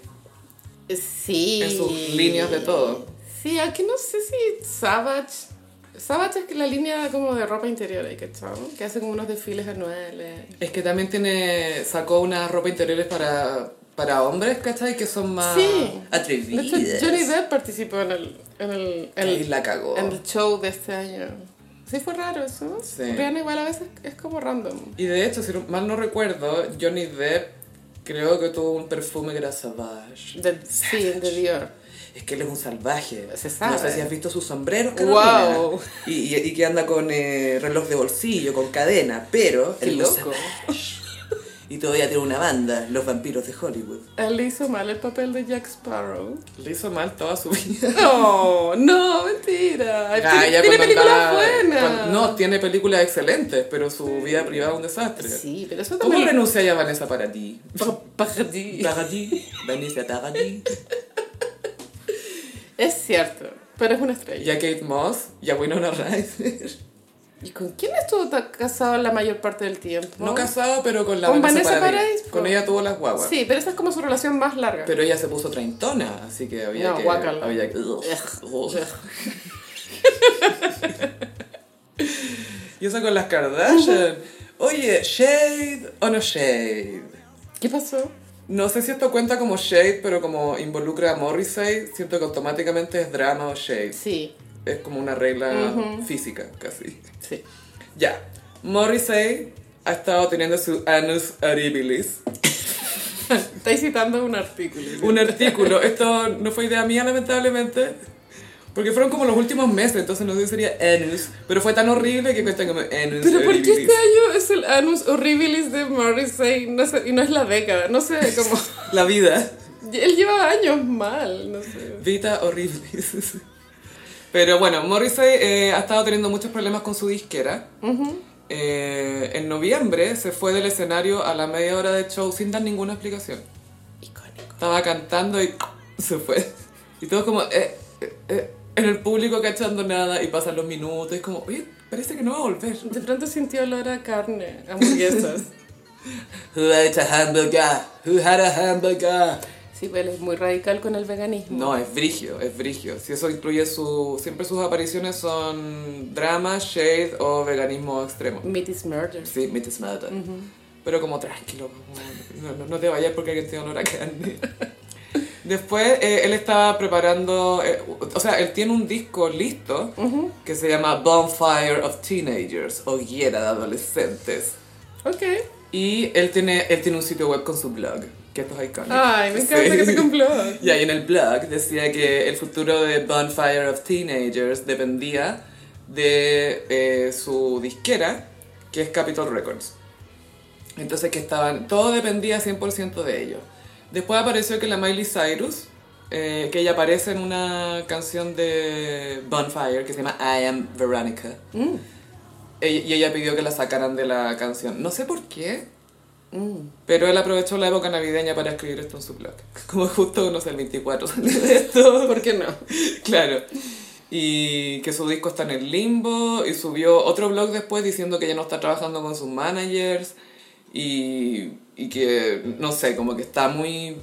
Sí. En sus líneas de todo. Sí, aunque no sé si Savage. Savage es que la línea como de ropa interior, ahí, ¿cachai? Que hace como unos desfiles anuales. Es que también tiene, sacó unas ropas interiores para, para hombres, ¿cachai? Que son más Sí. De hecho, atrevidas. Johnny Depp participó en el, en el, en Y el, la cagó. en el show de este año. Sí, fue raro eso. Sí. Rihanna igual a veces es como random. Y de hecho, si no- mal no recuerdo, Johnny Depp creo que tuvo un perfume que era Savage. De, sí, de Dior. Es que él es un salvaje. Se sabe. No sé si has visto sus sombreros, Carolina. Wow. Y, y, y que anda con eh, reloj de bolsillo, con cadena, pero... Qué él no loco. Savage. Y todavía tiene una banda, Los Vampiros de Hollywood. Él le hizo mal el papel de Jack Sparrow. Pues Le hizo mal toda su vida. Ah, No, no, mentira. tiene tiene películas buenas. no, tiene películas excelentes, pero su vida privada es un desastre. Sí, pero eso ¿Cómo también. renuncia a Vanessa para ti? Pa- perdí. Vanessa Paradis. Es cierto, pero es una Y estrella. a Kate Moss y a Winona Ryder. ¿Y con quién estuvo ta- casado la mayor parte del tiempo? No casado, pero con la Con Vanessa Paradis, Con po. ella tuvo las guaguas. Sí, pero esa es como su relación más larga. Pero ella se puso treintona, así que había No, que... guácala. Había que... y eso con las Kardashian. Oye, shade o no shade. ¿Qué pasó? No sé si esto cuenta como shade, pero como involucra a Morrissey, siento que automáticamente es drama o shade. Sí, Es como una regla física, casi. sí. Ya. Morrissey ha estado teniendo su anus horribilis. Estáis citando un artículo. Un artículo. Esto no fue idea mía, lamentablemente. Porque fueron como los últimos meses, entonces no sé si sería anus. Pero fue tan horrible que cuentan como anus Pero ¿por qué horribilis. este año es el Anus Horribilis de Morrissey? No sé, y no es la década, no sé, como... La vida. Él lleva años mal, no sé. Vita horribilis. Pero bueno, Morrissey eh, ha estado teniendo muchos problemas con su disquera. Eh, en noviembre se fue del escenario a la media hora de show sin dar ninguna explicación. Icónico. Estaba cantando y se fue. Y todos como eh, eh, eh, en el público cachando nada y pasan los minutos. Y es como, oye, parece que no va a volver. De pronto sintió olor a carne, hamburguesas. Who ate a hamburger? Who had a hamburger? Sí, pues él es muy radical con el veganismo. No, es brigio, es brigio. Si eso incluye su... Siempre sus apariciones son drama, shade o veganismo extremo. Meat is murder. Sí, meat is murder. Pero como tranquilo, como, no, no- no te vayas porque alguien tiene olor a carne. Después eh, él estaba preparando, eh, o sea, él tiene un disco listo que se llama Bonfire of Teenagers, hoguera de adolescentes. Ok. Y él tiene, él tiene un sitio web con su blog. que esto es icónico. Ay, me encanta Sí. que te un blog. Y ahí en el blog decía que el futuro de Bonfire of Teenagers dependía de eh, su disquera, que es Capitol Records. Entonces que estaban, todo dependía 100% de ellos. Después apareció que la Miley Cyrus, eh, que ella aparece en una canción de Bonfire que se llama I Am Veronica. E- Y ella pidió que la sacaran de la canción. No sé por qué, pero él aprovechó la época navideña para escribir esto en su blog. Como justo, no sé, el 24 salió esto. ¿Por qué no? Claro. Y que su disco está en el limbo. Y subió otro blog después diciendo que ya no está trabajando con sus managers. Y, y que, no sé, como que está muy...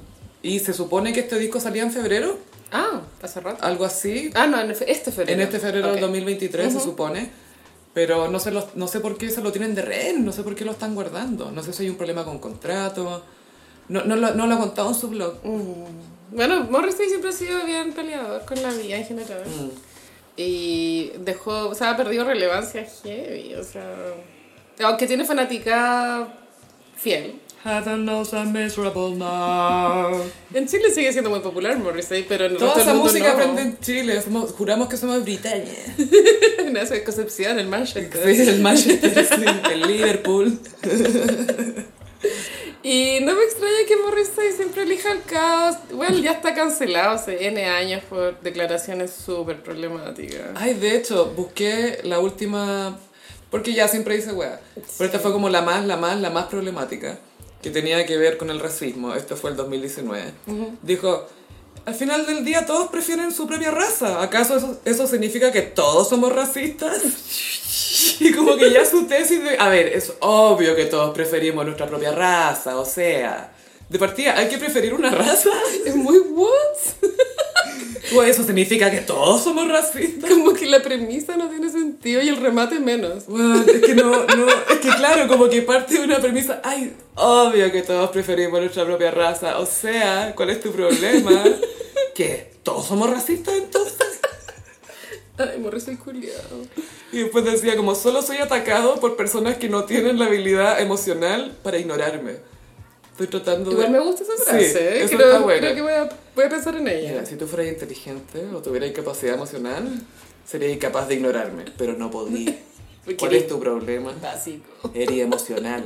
Y se supone que este disco salía en febrero, Ah, hace rato. algo así. Ah, no, en fe- este febrero. En este febrero Ok. del 2023 se supone. Pero no sé, los- no sé por qué se lo tienen de rehén, no sé por qué lo están guardando. No sé si hay un problema con contrato. No, no, lo, no lo ha contado en su blog. Bueno, Morrissey siempre ha sido bien peleador con la vida en general. Mm. Y dejó, o sea, ha perdido relevancia heavy, o sea... Aunque tiene fanática fiel. Had a most miserable night. En Chile sigue siendo muy popular Morrissey, pero en el Toda resto del esa mundo música no. aprende en Chile, somos- juramos que somos Britania. En esa Concepción, en Manchester. el Manchester, sí, el Liverpool. Y no me extraña que Morrissey siempre elija el caos. Bueno, ya está cancelado hace N años por declaraciones súper problemáticas. Ay, de hecho, busqué la última, porque ya siempre dice wea, pero esta fue como la más, la más, la más problemática, que tenía que ver con el racismo, esto fue el 2019. Dijo, al final del día todos prefieren su propia raza, ¿acaso eso, eso significa que todos somos racistas? Y como que ya su tesis de... A ver, es obvio que todos preferimos nuestra propia raza, o sea... De partida, ¿hay que preferir una raza? Es muy what? ¿O eso significa que todos somos racistas? Como que la premisa no tiene sentido y el remate menos. Bueno, es que no, no, es que claro, como que parte de una premisa, ay, obvio que todos preferimos nuestra propia raza, o sea, ¿cuál es tu problema? ¿Qué? ¿Todos somos racistas entonces? Ay, Morrissey culiado. Y después decía como, solo soy atacado por personas que no tienen la habilidad emocional para ignorarme. Estoy tratando de... Igual me gusta esa Sí, frase. eh. eso creo, está bueno. creo que voy a, voy a pensar en ella. Mira, si tú fueras inteligente o tuvieras capacidad emocional, serías capaz de ignorarme, pero no podía. Porque ¿Cuál es tu problema? Básico. Eres emocional.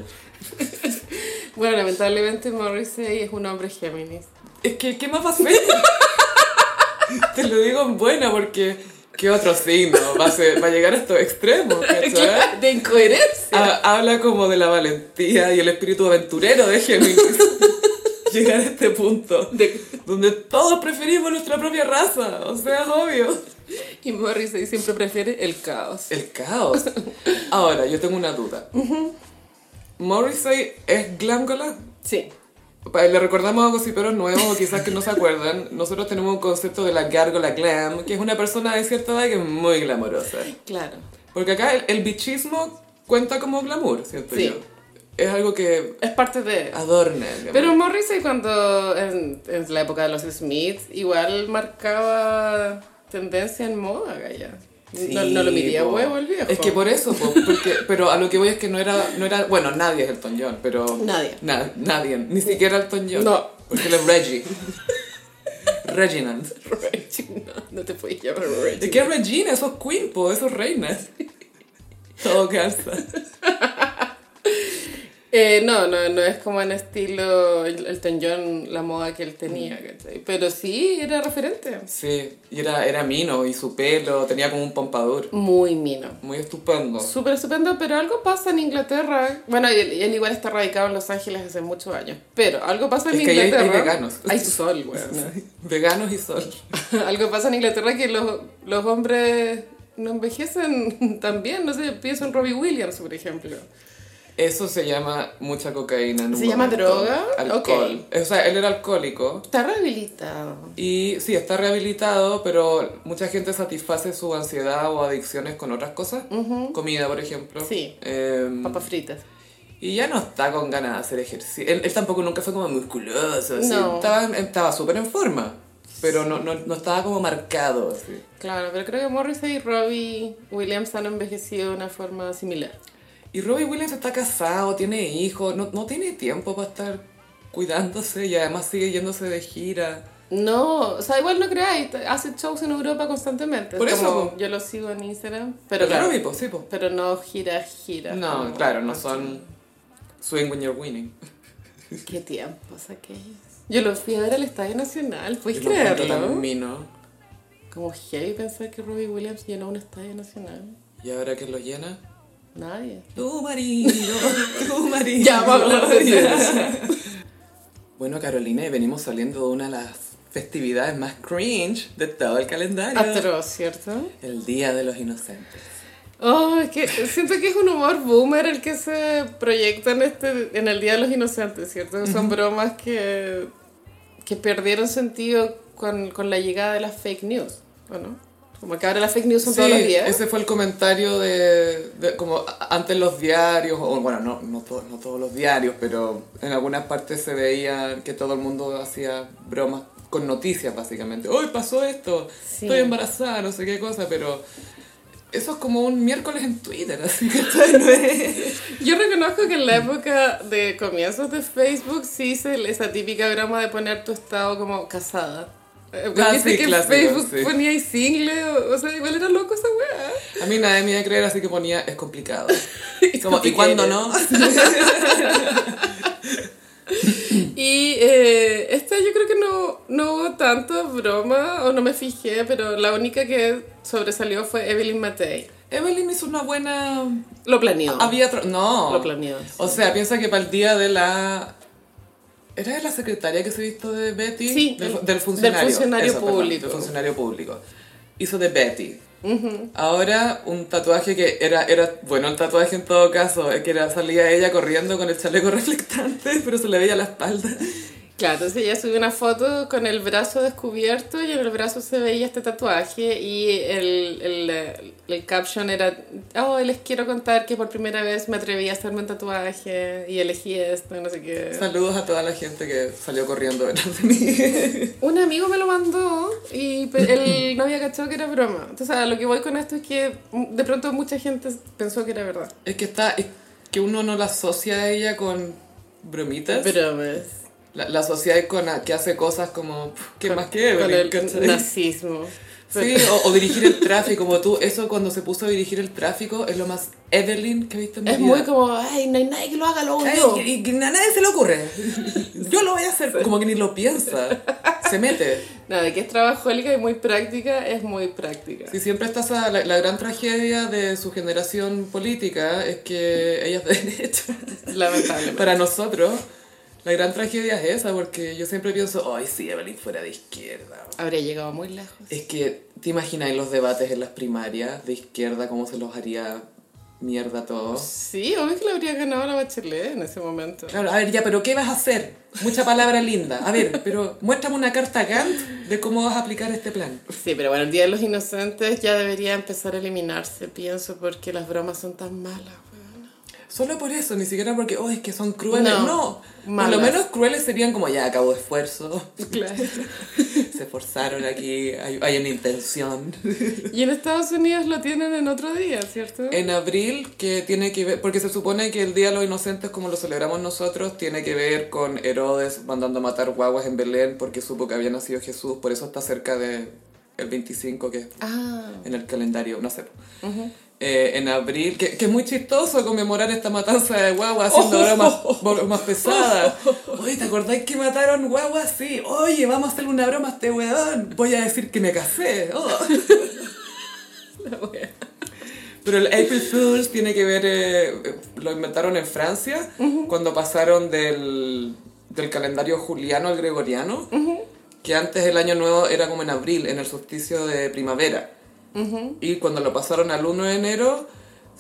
Bueno, lamentablemente Morrissey es un hombre Géminis. Es que, ¿qué más va a ser? Te lo digo en buena porque, ¿qué otro signo va a, ser- va a llegar a estos extremos? ¿cachai? Claro, De incoherencia. Ha- habla como de la valentía y el espíritu aventurero de Géminis. llegar a este punto De- donde todos preferimos nuestra propia raza, o sea, es obvio. y Morrissey siempre prefiere el caos. El caos. Ahora, yo tengo una duda. ¿Morrissey es glángola? Sí. Pa- Le recordamos a gossiperos nuevos o quizás que no se acuerdan, nosotros tenemos un concepto de la gárgola glam, que es una persona de cierta edad que es muy glamorosa. Claro. Porque acá el, el bichismo cuenta como glamour, ¿cierto? Sí. Yo. Es algo que Es parte de... adorna. el glamour. Pero Morrissey cuando, en, en la época de los Smiths, igual marcaba tendencia en moda, Gaya. no, no lo Sí, miría po. huevo el viejo. Es que por eso, po, porque, pero a lo que voy es que no era, no era bueno, nadie es Elton John, pero... Nadie. na- nadie, ni siquiera Elton John. No. Porque él es Reggie. Reginald. Regina, no te puedes llamar Regina. ¿De qué Regina? Eso es Queen, po, eso es reina. Todo calza. Eh, no, no, no es como en estilo el Elton John, la moda que él tenía, Mm. ¿cachai? Pero sí era referente. Sí, y era, era mino y su pelo tenía como un pompadour. Muy mino. Muy estupendo. Súper estupendo, pero algo pasa en Inglaterra. Bueno, y él, y él igual está radicado en Los Ángeles hace muchos años. Pero algo pasa en Es que ahí hay- hay Inglaterra. veganos. Hay sol, weón. Veganos y sol. Algo pasa en Inglaterra que los, los hombres no envejecen tan bien. No sé, pienso en Robbie Williams, por ejemplo. Eso se llama mucha cocaína. en un ¿Se llama momento. droga? Alcohol. O sea, él era alcohólico. Está rehabilitado. Y sí, está rehabilitado, pero mucha gente satisface su ansiedad o adicciones con otras cosas. Comida, por ejemplo. Sí. Em, Papas fritas. Y ya no está con ganas de hacer ejercicio. Él, él tampoco nunca fue como musculoso. así. No. Estaba en- estaba súper en forma, pero no, no, no estaba como marcado. así. Claro, pero creo que Morrissey y Robbie Williams han envejecido de una forma similar. Y Robbie Williams está casado, tiene hijos, no, no tiene tiempo para estar cuidándose y además sigue yéndose de gira. No, o sea, igual no creáis, te- hace shows en Europa constantemente. Por Es eso, como, po. Yo lo sigo en Instagram, Pero pero claro, claro, mi po, sí, po. pero no gira, gira. No, como- claro, no son swing when you're winning. Qué tiempos aquellos. Yo lo fui a ver al Estadio Nacional, ¿puedes Yo lo encuentro tan creerlo? mino. Como heavy pensar que Robbie Williams llenó un Estadio Nacional. ¿Y ahora que lo llena? Nadie. Tu marido, tu marido. Ya, vamos a hablar de eso. Bueno, Carolina, y venimos saliendo de una de las festividades más cringe de todo el calendario. Atroz, ¿cierto? El Día de los Inocentes. Oh, es que siento que es un humor boomer el que se proyecta en, este, en el Día de los Inocentes, ¿cierto? Son bromas que, que perdieron sentido con, con la llegada de las fake news, ¿o no? Como que ahora las fake news son todos Sí, los días. Ese fue el comentario de, de- como a- antes los diarios, o bueno, no, no, to- no todos los diarios, pero en algunas partes se veía que todo el mundo hacía bromas con noticias básicamente. Hoy pasó esto, Sí. estoy embarazada, no sé qué cosa, pero eso es como un miércoles en Twitter, así que tal vez. Yo reconozco que en la época de comienzos de Facebook sí hice esa típica broma de poner tu estado como casada. Eh, Ah, ¿viste sí, que en clásico, Facebook sí. ponía y single, o, o sea, igual era loco esa weá. A mí nadie me iba a creer, así que ponía es complicado. Como, ¿y complicado. cuándo no? Y eh, esta yo creo que no, no hubo tanta broma, o no me fijé, pero la única que sobresalió fue Evelyn Matei. Evelyn hizo una buena Lo planeó. Había otro- No. Lo planeó, sí. Ah, O sea, piensa que para el día de la. ¿Era de la secretaria que se visto de Betty? Sí, Del, el- del funcionario. del funcionario perdón, público. del funcionario público. Hizo de Betty. Ahora un tatuaje que era, era, bueno, el tatuaje en todo caso, es que era, salía ella corriendo con el chaleco reflectante, pero se le veía la espalda. Claro, entonces ella subió una foto con el brazo descubierto y en el brazo se veía este tatuaje y el, el, eh, el caption era, oh, les quiero contar que por primera vez me atreví a hacerme un tatuaje y elegí esto, no sé qué. Saludos a toda la gente que salió corriendo detrás de mí. Un amigo me lo mandó y pe- él no había cachado que era broma. Entonces, a lo que voy con esto es que mm, de pronto mucha gente pensó que era verdad. Es que está, es que uno no la asocia a ella con bromitas. Bromas. La, la sociedad con la que hace cosas como, pff, ¿qué más que Con Evelyn? el ¿cachai? nazismo. Sí, o, o dirigir el tráfico, como tú. Eso cuando se puso a dirigir el tráfico es lo más Evelyn que he visto en mi Es vida. muy como, ay, no hay nadie que lo haga, lo hago Ay, yo. y- y que a nadie se le ocurre. Yo lo voy a hacer. Como que ni lo piensa. Se mete. Nada, que es trabajólica y muy práctica, es muy práctica. Si siempre está esa- la, la gran tragedia de su generación política es que ella es de derecha. Lamentablemente. Para nosotros, la gran tragedia es esa, porque yo siempre pienso, ay, si Evelyn fuera de izquierda. Habría llegado muy lejos. Es que, ¿te imagináis los debates en las primarias de izquierda? ¿Cómo se los haría mierda a todos? Sí, obvio que le habría ganado la bachelet en ese momento. Claro, a ver, ya, pero ¿qué vas a hacer? Mucha palabra linda. A ver, pero muéstrame una carta Gantt de cómo vas a aplicar este plan. Sí, pero bueno, el Día de los Inocentes ya debería empezar a eliminarse, pienso, porque las bromas son tan malas, weón. Solo por eso, ni siquiera porque, oh, es que son crueles. No, No, por malas. lo menos crueles serían como, ya, acabo de esfuerzo, Claro. se esforzaron aquí, hay, hay una intención. Y en Estados Unidos lo tienen en otro día, ¿cierto? En abril, que tiene que ver, porque se supone que el Día de los Inocentes, como lo celebramos nosotros, tiene que ver con Herodes mandando a matar guaguas en Belén porque supo que había nacido Jesús, por eso está cerca de el 25, que es Ah. en el calendario, no sé. Eh, en abril, que, que es muy chistoso conmemorar esta matanza de guaguas haciendo bromas, bromas pesadas. Oye, ¿te acordáis que mataron guaguas? Sí. Oye, vamos a hacerle una broma a este weón. Voy a decir que me casé. Oh. Pero el April Fools tiene que ver, eh, lo inventaron en Francia, cuando pasaron del, del calendario juliano al gregoriano, que antes el año nuevo era como en abril, en el solsticio de primavera. Y cuando lo pasaron al 1 de enero,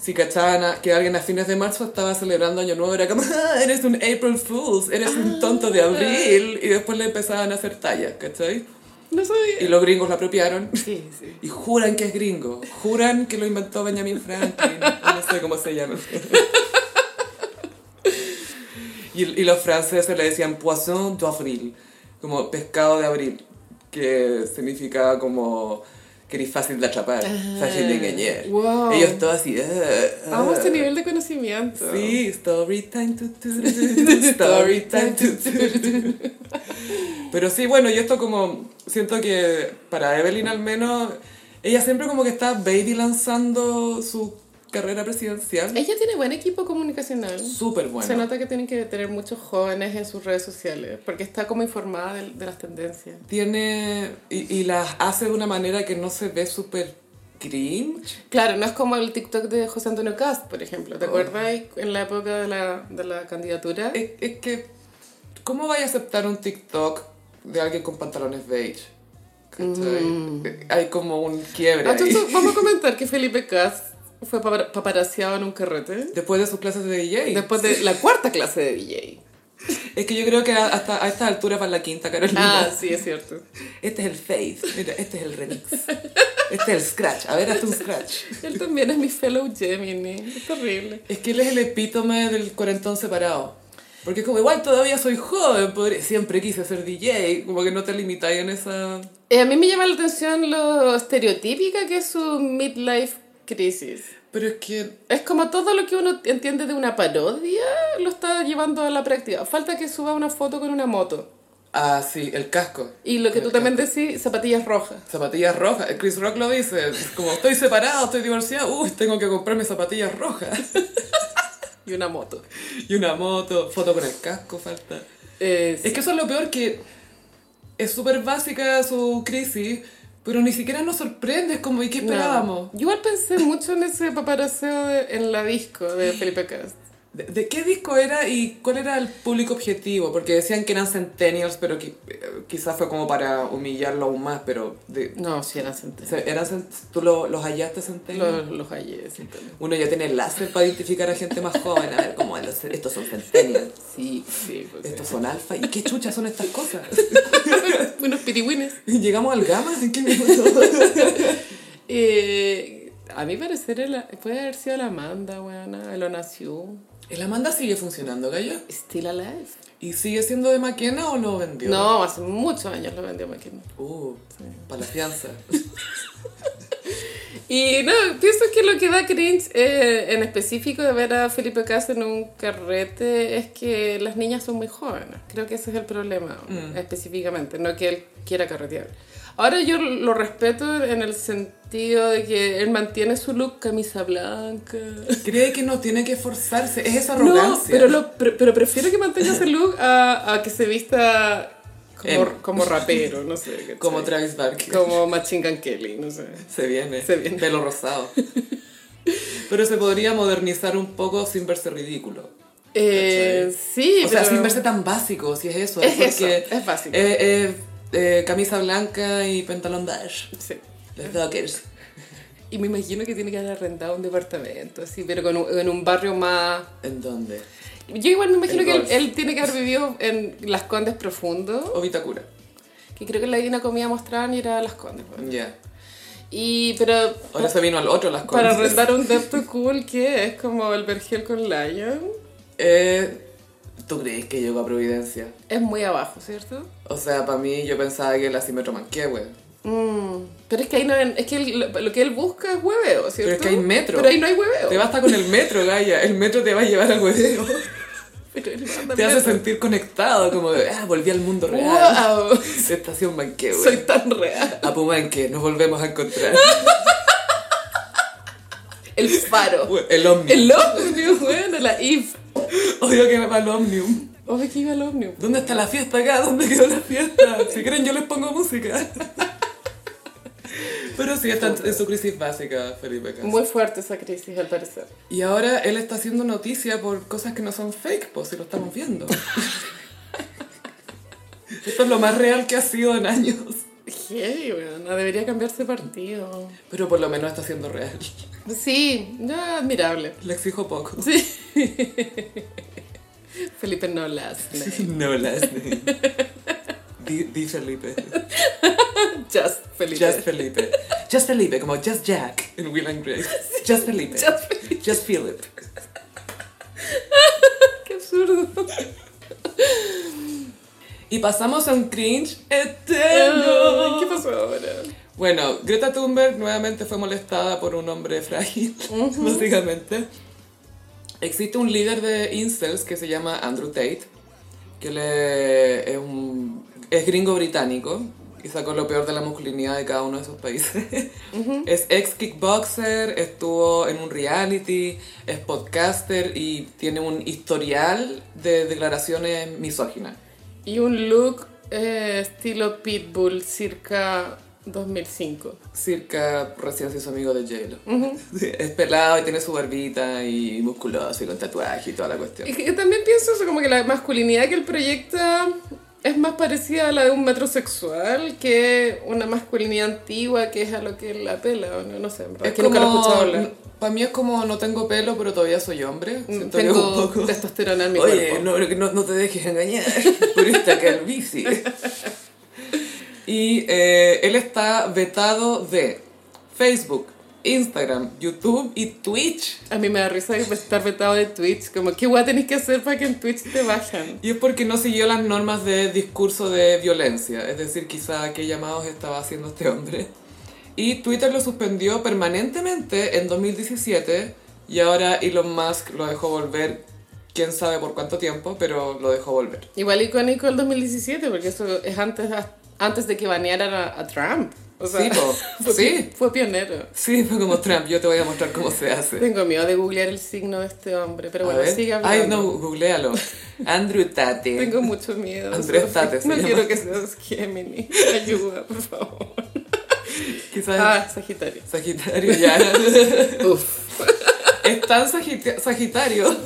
si cachaban a- que alguien a fines de marzo estaba celebrando año nuevo, era como, "Ah, eres un April Fools, eres un tonto de abril. Y después le empezaban a hacer tallas, ¿cachai? No Y sabía. los gringos lo apropiaron. Sí, sí. Y juran que es gringo. Juran que lo inventó Benjamin Franklin. No sé cómo se llama. Y, y los franceses le decían poisson d'avril, como pescado de abril, que significaba como que eres fácil de atrapar, fácil de engañar. Ah. Wow. Ellos todos así. ah, ah. Amo este nivel de conocimiento. Sí, story time. tu, tu, tu, tu, tu, story time. tu, tu, tu, tu. Pero sí, bueno, yo esto como siento que para Evelyn al menos, ella siempre como que está baby lanzando su carrera presidencial. Ella tiene buen equipo comunicacional. Súper bueno. Se nota que tienen que tener muchos jóvenes en sus redes sociales, porque está como informada de, de las tendencias. Tiene y, y las hace de una manera que no se ve súper cringe. Claro, no es como el TikTok de José Antonio Cast, por ejemplo. Oh. ¿Te acuerdas en la época de la, de la candidatura? Es, es que, ¿cómo vais a aceptar un TikTok de alguien con pantalones beige? ¿Cachai? Hay como un quiebre. Ah, tú- ahí. tú- vamos a comentar que Felipe Cast fue papar- paparaseado en un carrete Después de sus clases de DJ. después de la cuarta clase de DJ. Es que yo creo que hasta a esta altura para la quinta, Carolina. Ah, sí, es cierto. Este es el face, mira, este es el remix. Este es el scratch, a ver, hazte un scratch. Él también es mi fellow Gemini. Es terrible. Es que él es el epítome del cuarentón separado. Porque como igual todavía soy joven, podré- siempre quise ser DJ, como que no te limitáis en esa... Eh, a mí me llama la atención lo estereotípica que es su midlife crisis. Pero es que Es como todo lo que uno entiende de una parodia lo está llevando a la práctica. Falta que suba una foto con una moto. Ah, sí, el casco. Y lo que tú también decís, zapatillas rojas. Zapatillas rojas. eh, Chris Rock lo dice. Como estoy separado, estoy divorciado, uy, tengo que comprarme zapatillas rojas. Y una moto. Y una moto, foto con el casco, falta. Eh, Es que eso es lo peor que es súper básica su crisis, pero ni siquiera nos sorprende, es como, ¿y qué esperábamos? Yo igual pensé mucho en ese paparaseo de- en la disco de Felipe Cast. ¿De, de qué disco era y cuál era el público objetivo? Porque decían que eran centennials, pero qui- eh, quizás fue como para humillarlo aún más, pero de- No, sí, eran centenas. se- eran cent- ¿tú lo- los hallaste centennials? Los, los hallé, centenas. Uno ya tiene láser para identificar a gente más joven. A ver, como los- estos son centennials, Sí, sí. Pues, estos son alfa. ¿Y qué chuchas son estas cosas? Unos pirigüines. ¿Llegamos al gamma? ¿En qué minuto? Eh, a mi parecer, el- puede haber sido la Amanda, weona, el Onaciú. ¿El Amanda sigue funcionando, Gaya? Still Alive. ¿Y sigue siendo de Maquena o no vendió? No, hace muchos años lo vendió McKinney. Uh, para la fianza. Y no, pienso que lo que da cringe eh, en específico de ver a Felipe Cast en un carrete es que las niñas son muy jóvenes. Creo que ese es el problema específicamente, no que él quiera carretear. Ahora yo lo respeto en el sentido de que él mantiene su look camisa blanca. Cree que no tiene que esforzarse. Es esa No, arrogancia. pero, lo, pre- pero prefiero que mantenga ese look a, a que se vista como, Em. como rapero, no sé. ¿cachai? Como Travis Barker. como Machine Gun Kelly, no sé. Se viene. Se viene. Pelo rosado. pero se podría modernizar un poco sin verse ridículo. Eh, sí, o sea, pero- sin verse tan básico, si es eso. Es eso, porque es básico. eh, eh, eh, camisa blanca y pantalón dash. Sí. Los dockers. Y me imagino que tiene que haber arrendado un departamento, así, pero con un, en un barrio más... ¿En dónde? Yo igual me imagino El que él, golf. él tiene que haber vivido en Las Condes profundo, O Vitacura. que creo que la una comida mostraban y era Las Condes. Ya. bueno. Y, pero Ahora se vino al otro las Ah. para cosas. arrendar un depto cool, que es? Como el vergel con Lion. Eh, ¿Tú crees que llegó a Providencia? Es muy abajo, ¿cierto? O sea, para mí yo pensaba que era asímetro Manquehue. Mm, Pero es que ahí no... Hay, es que él- lo, lo que él busca es hueveo, ¿cierto? Pero es que hay metro. Pero ahí no hay hueveo. Te basta con el metro, Gaia. El metro te va a llevar al hueveo. Pero él va Te hace metro. sentir conectado, como de, ah, volví al mundo real. Wow, Estación Manquehue. soy tan real. A Pumanque, nos volvemos a encontrar. El faro. El Omnium. El Omnium, bueno, la IF. Oh, Odio que me va al Omnium. Oye, que iba al Omnium. ¿Dónde está la fiesta acá? ¿Dónde quedó la fiesta? Si quieren yo les pongo música. Pero sí, está en su crisis básica, Felipe Castro. Muy fuerte esa crisis, al parecer. Y ahora él está haciendo noticia por cosas que no son fake, pues si lo estamos viendo. Esto es lo más real que ha sido en años. Hey, bueno, debería cambiarse partido. Pero por lo menos está siendo real. Sí, ya, admirable. Le exijo poco. Sí. Felipe no las. No las di, di Felipe. Just Felipe. Just Felipe. Just Felipe, como Just Jack en Will and Grace. Just Felipe. Just Just Philip. Qué absurdo. Y pasamos a un cringe eterno. ¿Qué pasó ahora? Bueno, Greta Thunberg nuevamente fue molestada por un hombre frágil, básicamente. Existe un líder de incels que se llama Andrew Tate, que le- es, un- es gringo británico y sacó lo peor de la masculinidad de cada uno de esos países. Es ex kickboxer, estuvo en un reality, es podcaster y tiene un historial de declaraciones misóginas. Y un look eh, estilo Pitbull circa 2005. Circa recién se hizo amigo de J-Lo. Sí, Es pelado y tiene su barbita y musculoso y con tatuaje y toda la cuestión. Y que también pienso eso, como que la masculinidad que él proyecta es más parecida a la de un metrosexual que una masculinidad antigua que es a lo que él apela, o no, no sé, en verdad, Es que nunca lo he escuchado hablar. Para mí es como, no tengo pelo, pero todavía soy hombre. Siento que es Mm, un Tengo poco- testosterona en mi Oye, cuerpo. no, no, no te dejes engañar por esta calvicie. Y eh, él está vetado de Facebook, Instagram, YouTube y Twitch. A mí me da risa estar vetado de Twitch, como qué guay tenés que hacer para que en Twitch te bajan. Y es porque no siguió las normas de discurso de violencia, es decir, quizá qué llamados estaba haciendo este hombre. Y Twitter lo suspendió permanentemente en 2017 y ahora Elon Musk lo dejó volver, quién sabe por cuánto tiempo, pero lo dejó volver. Igual icónico el 2017, porque eso es antes, antes de que banearan a, a Trump. O sea, Sí, po. fue, Sí. fue pionero. Sí, fue como Trump, yo te voy a mostrar cómo se hace. Tengo miedo de googlear el signo de este hombre, pero A bueno, ver. sigue hablando. Ay, no, googlealo. Andrew Tate. Tengo mucho miedo. Andrés Tate se No llama. quiero que seas Gemini. Ayuda, por favor. Quizás Ah, Sagitario. Sagitario ya. Uf. Es tan sagita- Sagitario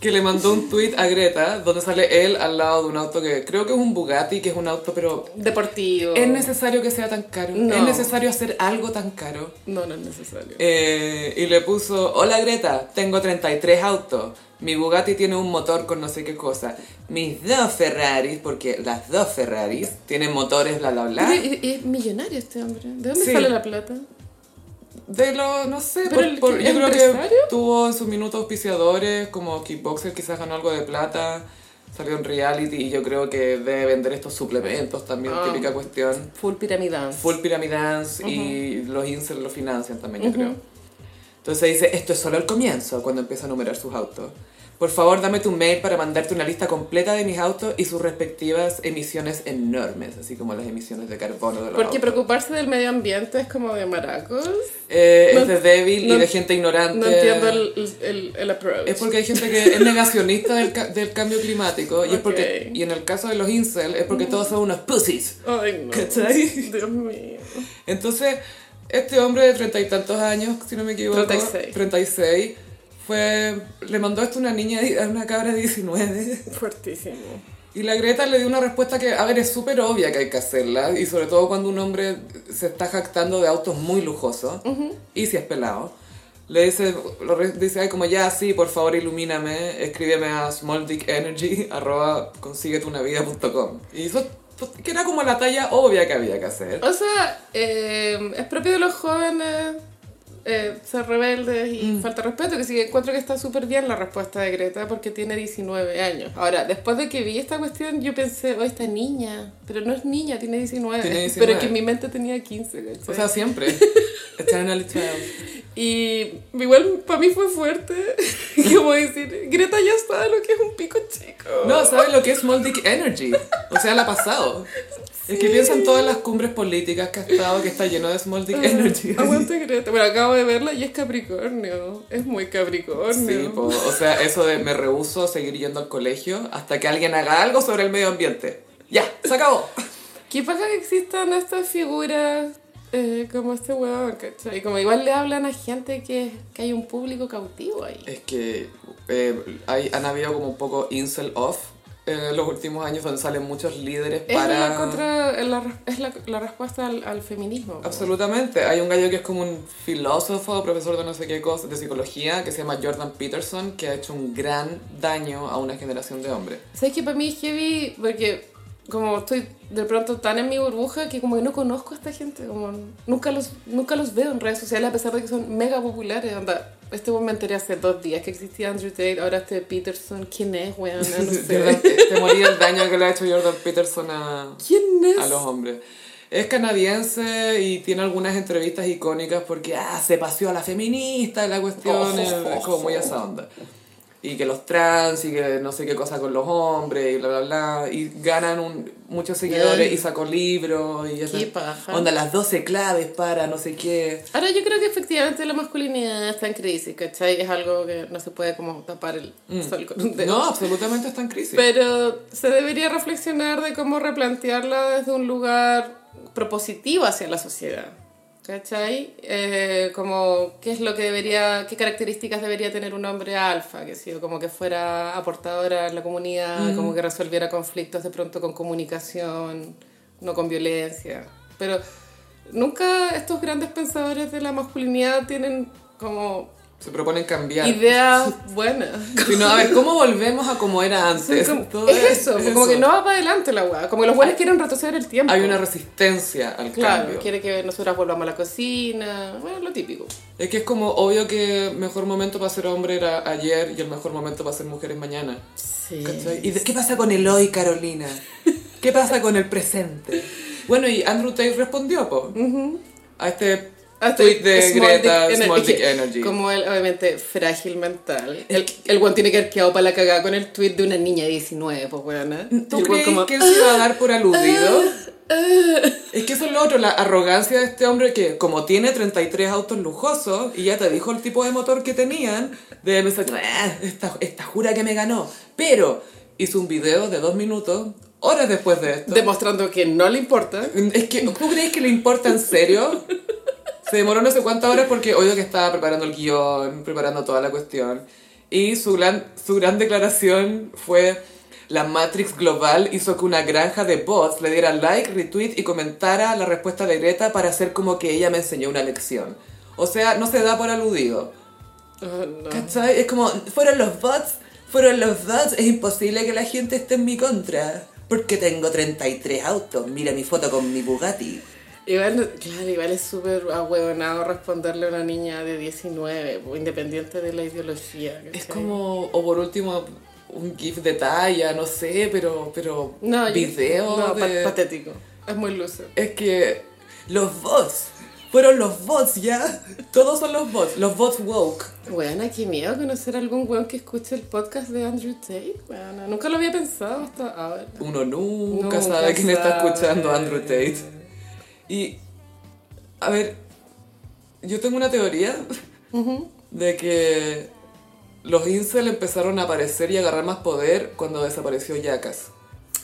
que le mandó un tweet a Greta donde sale él al lado de un auto que creo que es un Bugatti, que es un auto, pero Deportivo. es necesario que sea tan caro. No. Es necesario hacer algo tan caro. no, no es necesario. Eh, y le puso, hola Greta, tengo 33 autos. Mi Bugatti tiene un motor con no sé qué cosa. Mis dos Ferraris, porque las dos Ferraris tienen motores, bla, bla, bla. Pero, y- y es millonario este hombre. ¿De dónde Sí. sale la plata? De lo, no sé, Pero por- el- por- yo ¿el creo empresario? que tuvo en sus minutos auspiciadores, como Kickboxer quizás ganó algo de plata, salió en reality y yo creo que debe vender estos suplementos también, Ah. típica cuestión. Full piramidance. Full Pyramid Dance y los incels lo financian también, yo creo. Entonces dice, esto es solo el comienzo, cuando empieza a numerar sus autos. Por favor, dame tu mail para mandarte una lista completa de mis autos y sus respectivas emisiones enormes, así como las emisiones de carbono de los Porque autos. preocuparse del medio ambiente es como de maracos. Eh, es no- de débil no- y de gente ignorante. No entiendo el, el, el approach. Es porque hay gente que es negacionista del, ca- del cambio climático y, es porque, Ok. y en el caso de los incels es porque todos son unos pussies. Ay, no. ¿Cachai? Dios mío. Entonces, este hombre de treinta y tantos años, si no me equivoco, 36. 36, fue, le mandó esto a una niña, a una cabra de 19. Fuertísimo. Y la Greta le dio una respuesta que, a ver, es súper obvia que hay que hacerla, y sobre todo cuando un hombre se está jactando de autos muy lujosos, y si es pelado. Le dice, lo re- dice ay, como ya, sí, por favor ilumíname, escríbeme a smalldickenergy, arroba consiguetunavida.com. Y eso, pues, que era como la talla obvia que había que hacer. O sea, eh, es propio de los jóvenes eh, ser rebeldes y Mm. falta de respeto, que sí que encuentro que está súper bien la respuesta de Greta porque tiene 19 años. Ahora, después de que vi esta cuestión, yo pensé, oh, esta niña, pero no es niña, tiene 19. Tiene 19. Pero que en mi mente tenía 15, ¿cachai? O sea, siempre. Eternal Child. y igual para mí fue fuerte, como decir, Greta ya sabe lo que es un pico chico. No, ¿sabes lo que es Small Dick Energy? O sea, la ha pasado. Es que piensa en todas las cumbres políticas que ha estado, que está lleno de Small Dick Energy. Ah, Aguante Greta. Bueno, acabo de verla y es Capricornio. Es muy Capricornio. Sí, po, o sea, eso de me rehúso a seguir yendo al colegio hasta que alguien haga algo sobre el medio ambiente. Ya, se acabó. ¿Qué pasa que existan estas figuras eh, como este huevón, cachai? Como igual le hablan a gente que, que hay un público cautivo ahí. Es que eh, hay, han habido como un poco incel off en los últimos años donde salen muchos líderes Es, para... la, contra, es la- es la- la respuesta al, al feminismo. po. Absolutamente. Hay un gallo que es como un filósofo, profesor de no sé qué cosa, de psicología, que se llama Jordan Peterson, que ha hecho un gran daño a una generación de hombres. ¿Sabes que para mí es heavy? Porque como estoy de pronto tan en mi burbuja que como que no conozco a esta gente, como nunca los, nunca los veo en redes sociales a pesar de que son mega populares, onda. Este weón me enteré hace dos días que existía Andrew Tate, ahora este Peterson, ¿quién es, weón? No Jordan- eh, sé. te, te morí el daño que le ha hecho Jordan Peterson a, ¿Quién es? a los hombres. Es canadiense y tiene algunas entrevistas icónicas porque ah, se paseó a la feminista, la Oh, cuestión es, es como muy a esa onda. Y que los trans y que no sé qué cosa con los hombres y bla, bla, bla. Y ganan un- muchos seguidores Ay. y sacó libros y esa- Qué paja. Onda, las 12 claves para no sé qué. Ahora yo creo que efectivamente la masculinidad está en crisis, ¿cachai? Es algo que no se puede como tapar el sol con un dedo. No, absolutamente está en crisis. Pero se debería reflexionar de cómo replantearla desde un lugar propositivo hacia la sociedad. ¿Cachai? Eh, como qué es lo que debería, qué características debería tener un hombre alfa, que sido como que fuera aportadora en la comunidad, como que resolviera conflictos de pronto con comunicación, no con violencia. Pero nunca estos grandes pensadores de la masculinidad tienen como Se proponen cambiar. ideas buenas. Sino, a ver, ¿cómo volvemos a como era antes? Como- Todo es eso, como que no va para adelante la weá. Como que los buenos quieren retroceder el tiempo. Hay una resistencia al Claro, cambio. quiere que nosotras volvamos a la cocina. Bueno, lo típico. Es que es como obvio que mejor momento para ser hombre era ayer y el mejor momento para ser mujer es mañana. Sí. ¿cachai? ¿Y de- qué pasa con Eloy, Carolina? ¿Qué pasa con el presente? Bueno, y Andrew Tate respondió po, a este tweet de Greta Small Dick Energy. Como él, obviamente, frágil mental. El, el weón tiene que haber quedado para la cagada con el tweet de una niña de 19, pues weona. Y ¿Tú el weón crees como, que él se va a dar por aludido? Es que eso es lo otro, la arrogancia de este hombre que, como tiene 33 autos lujosos y ya te dijo el tipo de motor que tenían, debe pensar, "Ah, esta, esta jura que me ganó. Pero hizo un video de dos minutos, horas después de esto. Demostrando que no le importa. Es que, ¿tú crees que le importa en serio? Se demoró no sé cuántas horas porque obvio que estaba preparando el guión, preparando toda la cuestión. Y su gran, su gran declaración fue, la Matrix Global hizo que una granja de bots le diera like, retweet y comentara la respuesta de Greta para hacer como que ella me enseñó una lección. O sea, no se da por aludido. Ah, no. ¿Cachai? Es como, fueron los bots, fueron los bots, es imposible que la gente esté en mi contra. Porque tengo 33 autos, mira mi foto con mi Bugatti. Igual, claro, igual es súper ahueonado responderle a una niña de 19, pues, independiente de la ideología. Es ¿cachai? como, o por último, un GIF de talla, no sé, pero, pero No, yo- video no, de- pa- patético. Es muy loser. Es que los bots, fueron los bots ya. Todos son los bots, los bots woke. Bueno, qué miedo conocer a algún weón que escuche el podcast de Andrew Tate. Bueno, nunca lo había pensado hasta ahora. Uno nunca, Nunca sabe quién está sabe. escuchando Andrew Tate. Y, a ver, yo tengo una teoría de que los incel empezaron a aparecer y agarrar más poder cuando desapareció Yakas.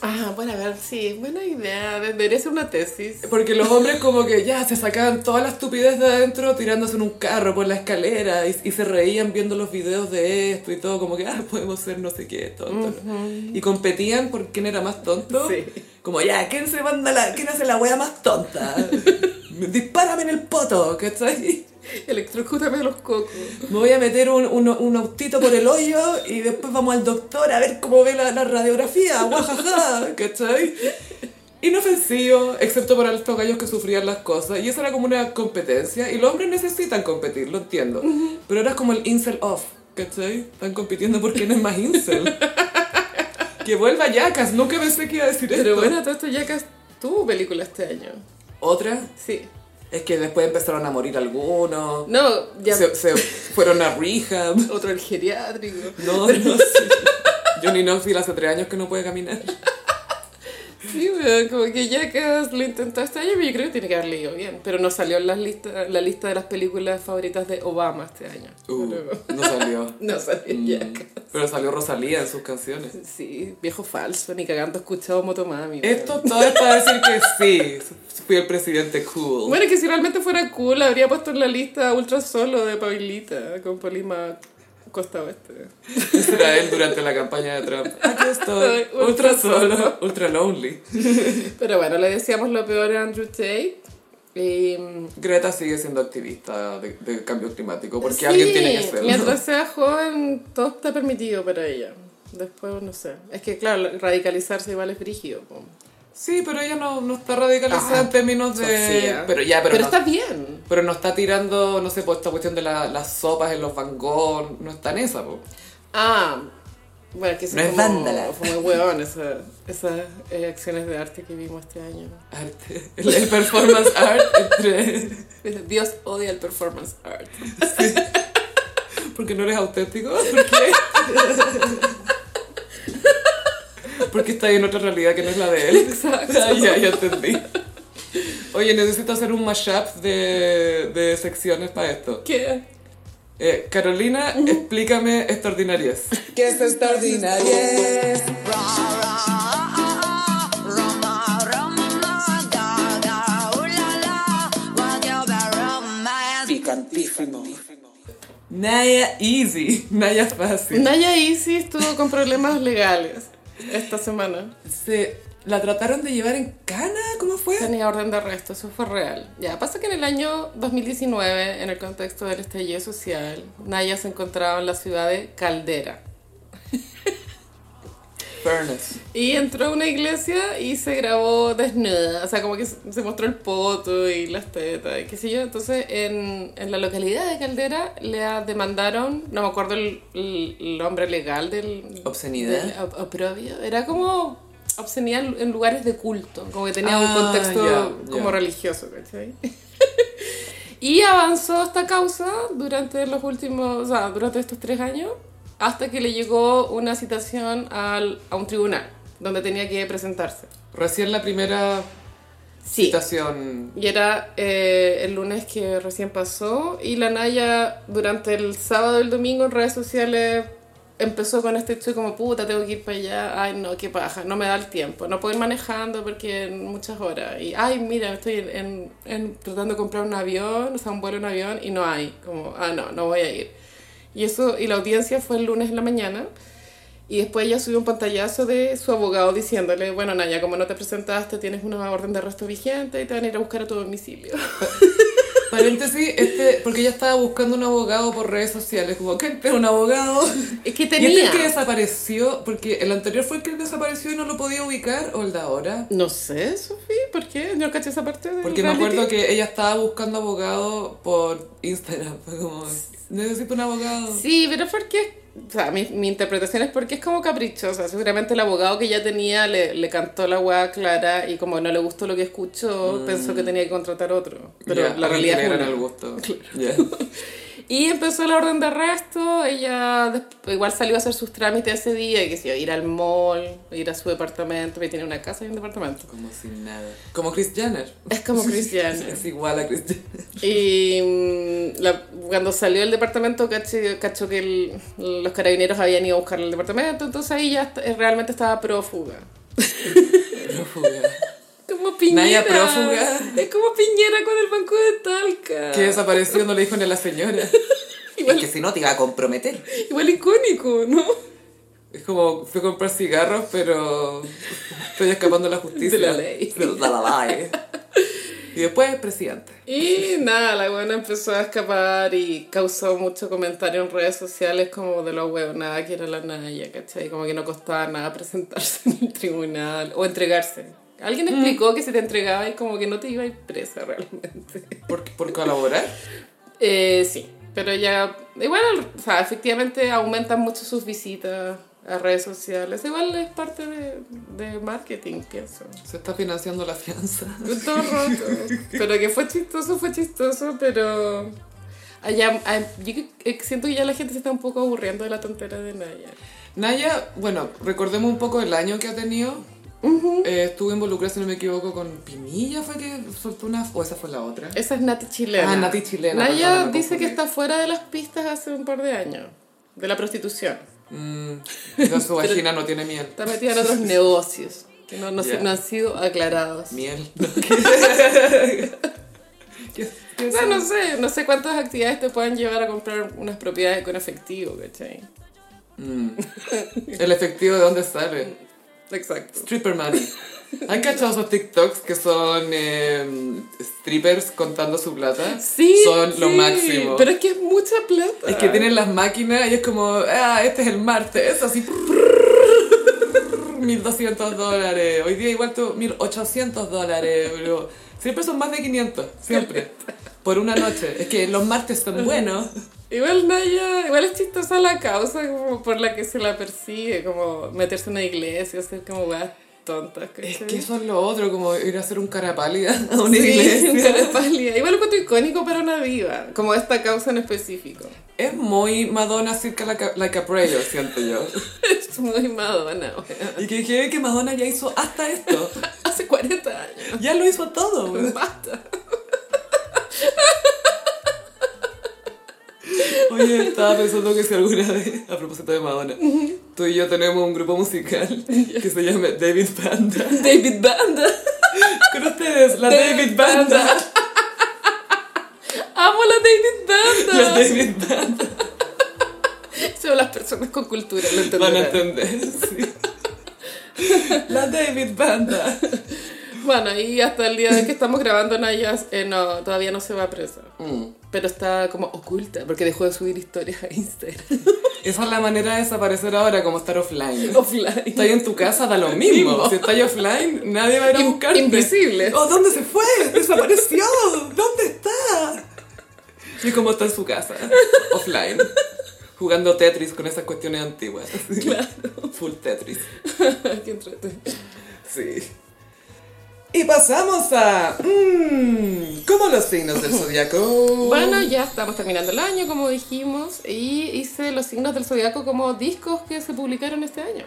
Ah, bueno, a ver, sí, buena idea. De- Debería ser una tesis. Porque los hombres como que ya se sacaban toda la estupidez de adentro tirándose en un carro por la escalera y, y se reían viendo los videos de esto y todo como que, ah, podemos ser no sé qué, tonto. Y competían por quién era más tonto. Sí. Como ya, ¿quién se manda la, quién hace la wea más tonta? Dispárame en el poto, ¿cachai? Electrocútame los cocos. Me voy a meter un, un- un autito por el hoyo y después vamos al doctor a ver cómo ve la, la radiografía, guajaja, ¿cachai? Inofensivo, excepto para estos gallos que sufrían las cosas, y eso era como una competencia, y los hombres necesitan competir, lo entiendo, pero ahora es como el incel off, ¿cachai? Están compitiendo por quién es más incel. que vuelva Yacas, nunca pensé que iba a decir Pero esto. bueno, todo esto ya que tuvo película este año. Otra Sí. es que después empezaron a morir algunos, No, ya se, se fueron a rehab. otro el geriátrico. No, no, sí. Johnny Knoxville hace tres años que no puede caminar. Sí, weón, como que Jackass lo intentó este año, pero yo creo que tiene que haber leído bien. Pero no salió en las lista, la lista de las películas favoritas de Obama este año. Uh, Pero- no salió. no salió Mm, Jackass. Pero salió Rosalía en sus canciones. Sí, viejo falso, ni cagando escuchado Motomami. weón. Esto todo es para decir que sí, fui el presidente cool. Bueno, que si realmente fuera cool, habría puesto en la lista Ultra Solo de Pabilita con Polima este. Costa Oeste. Será él durante la campaña de Trump. Aquí estoy, ultra solo, ultra lonely. Pero bueno, le decíamos lo peor a Andrew Tate. Y, mm, Greta sigue siendo activista de, de cambio climático porque Sí, alguien tiene que serlo. Mientras sea joven, todo está permitido para ella. Después, no sé. Es que, claro, radicalizarse igual es brígido. po. Sí, pero ella no, no está radicalizada Ah, en términos de... Sofía. Pero ya, pero, no- está bien. Pero no está tirando, no sé, por esta cuestión de la- las sopas en los Van Gogh, no está en esa, po. Ah, Bueno, que eso No es como- vándala. Fue muy weón esa- esas eh, acciones de arte que vimos este año. Arte. El, el performance art entre... Dios odia el performance art. Porque no eres auténtico. ¿Por qué? Porque está ahí en otra realidad que no es la de él. Exacto. Ah, ya, ya entendí. Oye, necesito hacer un mashup de, de secciones para esto. ¿Qué? Eh, Carolina, explícame extraordinarias. ¿Qué es extraordinarias? Picantísimo. Naya easy, Naya fácil. Naya Easy estuvo con problemas legales esta semana. Se la trataron de llevar en cana, ¿cómo fue? Tenía orden de arresto, eso fue real. Ya, pasa que en el año 2019, en el contexto del estallido social, Naya se encontraba en la ciudad de Caldera. Furnace. Y entró a una iglesia y se grabó desnuda, o sea, como que se mostró el poto y las tetas y qué sé yo. Entonces, en, en la localidad de Caldera le a- demandaron, no me acuerdo el, el- el nombre legal del... Obscenidad. del op- oprobio. Era como obscenidad en en lugares de culto, como que tenía un Ah, contexto ya, como ya. religioso, ¿cachai? Y avanzó esta causa durante los últimos, o sea, durante estos tres años, hasta que le llegó una citación al, a un tribunal, donde tenía que presentarse. Recién la primera Sí. citación. Y era eh, el lunes que recién pasó, y la Naya durante el sábado y el domingo en redes sociales empezó con este hecho como, puta, tengo que ir para allá, ay no, qué paja, no me da el tiempo, no puedo ir manejando porque en muchas horas, y ay mira, estoy en, en- en- tratando de comprar un avión, o sea, un vuelo en avión, y no hay, como, ah no, no voy a ir. Y eso, y la audiencia fue el lunes en la mañana. Y después ella subió un pantallazo de su abogado diciéndole, bueno, Naya, como no te presentaste, tienes una orden de arresto vigente y te van a ir a buscar a tu domicilio. Paréntesis, este, porque ella estaba buscando un abogado por redes sociales, como, ¿qué? Pero un abogado. Es que Y este tenía... es el que desapareció, porque el anterior fue el que desapareció y no lo podía ubicar, o el de ahora. No sé, Sofía, ¿por qué? No caché esa parte del Porque me acuerdo reality. que ella estaba buscando abogado por Instagram. Fue como, necesito un abogado. Sí, pero porque... O sea, mi, mi interpretación es porque es como caprichosa. Seguramente el abogado que ya tenía le, le cantó la hueá clara y como no le gustó lo que escuchó, pensó que tenía que contratar otro. Pero Mm. Ya, la realidad es era una. el gusto. Ya. Y empezó la orden de arresto, ella desp- igual salió a hacer sus trámites ese día, y que sé yo, ir al mall, ir a su departamento, porque tiene una casa y un departamento. Como sin nada. Como Chris Jenner. Es como cristiana. Es igual a Chris Jenner. Y mm, la- cuando salió del departamento, cacho, cacho que el- los carabineros habían ido a buscar el departamento, entonces ahí ya est- realmente estaba prófuga. Prófuga. Como Piñera. Naya prófuga. Es como Piñera con el Banco de Talca. Que desapareció, no le dijo ni a la señora. Es que si no te iba a comprometer. Igual icónico, ¿no? Es como, fui a comprar cigarros, pero estoy escapando de la justicia. De la ley. De la ley. Y después presidente. Y nada, la buena empezó a escapar y causó mucho comentario en redes sociales como de lo huevonada que era la Naya, ¿cachai? Como que no costaba nada presentarse en el tribunal o entregarse. Alguien explicó que si te entregabas como que no te iba a ir presa realmente. ¿Por, por colaborar? Eh, sí, pero ya, igual, o sea, efectivamente aumentan mucho sus visitas a redes sociales. Igual es parte de, de marketing, pienso. Se está financiando la fianza. Pues Todo roto. Pero que fue chistoso, fue chistoso, pero... Allá, ah, yo que- que siento que ya la gente se está un poco aburriendo de la tontera de Naya. Naya, bueno, recordemos un poco el año que ha tenido. Eh, estuvo involucrada, si no me equivoco, con Pinilla, fue que soltó una... O esa fue la otra. Esa es Nati chilena. Ah, Nati chilena, Naya perdona, me dice que confundí. está fuera de las pistas hace un par de años. De la prostitución. Mm, esa su vagina no tiene miel. Está metida en otros negocios que no, no se- Ya. no han sido aclarados. Miel. ¿Qué- qué es No, no eso? sé, no sé cuántas actividades te pueden llevar a comprar unas propiedades con efectivo, ¿cachai? Mm. El efectivo de dónde sale. Exacto. Stripper money. ¿Han cachado esos TikToks que son eh, strippers contando su plata? Sí, Son lo sí, máximo. Pero es que es mucha plata. Es que tienen las máquinas y es como, ah, este es el martes, así. 1200 dólares. Hoy día igual tú, 1800 dólares. Pero siempre son más de 500, siempre. Por una noche. Es que los martes son buenos. Igual Naya, igual es chistosa la causa como por la que se la persigue, como meterse en una iglesia, hacer como weas tontas. Es ¿cachai? que eso es lo otro, como ir a hacer un cara pálida a una Sí, un iglesia. cara pálida. Igual lo encuentro icónico para una diva, como esta causa en específico. Es muy Madonna Circa Like a, like a Prayer, siento yo. Es muy Madonna, wea. Y que dije que Madonna ya hizo hasta esto. Hace 40 años, Ya lo hizo todo. basta. Oye, estaba pensando que si alguna vez, a propósito de Madonna, tú y yo tenemos un grupo musical que se llama David Banda. David Banda. Con ustedes, la David Banda. Amo a la David Banda. La David Banda. Son las personas con cultura, lo Van a entenderán. entender, sí. La David Banda. Bueno, y hasta el día de que estamos grabando Naya eh, no, todavía no se va a presa. Pero está como oculta, porque dejó de subir historias a Instagram. Esa es la manera de desaparecer ahora, como estar offline. Offline. Estás en tu casa, da lo mismo. Si estás offline, nadie va a ir a In- buscarte. invisible. Oh, ¿dónde se fue? Desapareció. ¿Dónde está? Y como está en su casa, offline, jugando Tetris con esas cuestiones antiguas. Claro. Full Tetris. Qué entrete. Sí. Y pasamos a. Mmm, ¿Cómo los signos del zodiaco? Bueno, ya estamos terminando el año, como dijimos, y hice los signos del zodiaco como discos que se publicaron este año.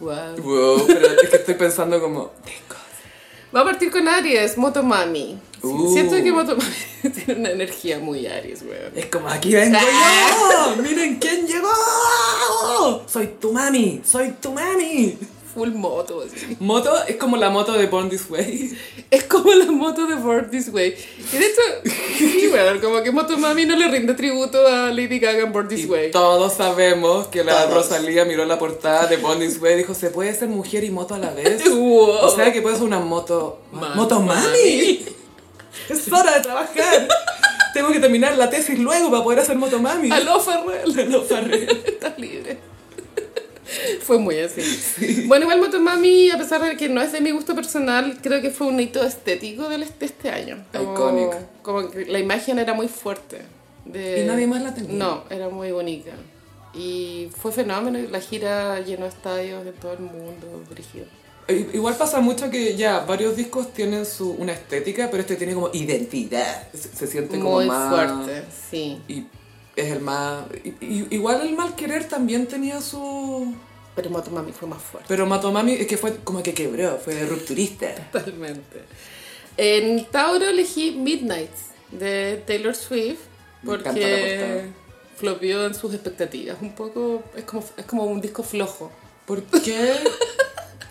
Wow. Wow, pero es que estoy pensando como. Va a partir con Aries, Motomami. Sí, Uh. Siento que Motomami tiene una energía muy Aries, weón. Es como aquí vengo yo. Miren quién llegó. Soy tu mami. Soy tu mami. Full moto, así. Moto es como la moto de Born This Way. Es como la moto de Born This Way. Y de hecho, sí, weón, como que Motomami no le rinde tributo a Lady Gaga en Born This Way. Todos sabemos que la Todos. Rosalía miró la portada de Born This Way y dijo, ¿se puede ser mujer y moto a la vez? Wow. O sea que puedes ser una moto... Ma- ¡Moto mami! ¡Es hora de trabajar! Tengo que terminar la tesis luego para poder hacer moto mami. Aló, Ferrell. Aló, Farrell. Estás libre. Fue muy así. Bueno, igual Motomami, a pesar de que no es de mi gusto personal, creo que fue un hito estético del este, este año. Como- Icónico. Como que la imagen era muy fuerte. de- Y nadie más la tenía. No, era muy bonita. Y fue fenómeno, y la gira llenó estadios de todo el mundo, brígido. I- Igual pasa mucho que ya varios discos tienen su, una estética, pero este tiene como identidad. Se, se siente como Muy más... fuerte, sí. Y es el más... y- y- igual el mal querer también tenía su... Pero Motomami fue más fuerte. Pero Matomami es que fue como que quebró, fue rupturista. Totalmente. En Tauro elegí Midnight de Taylor Swift Me encanta la porque portada. flopió en sus expectativas. Un poco, es como, es como un disco flojo. ¿Por qué?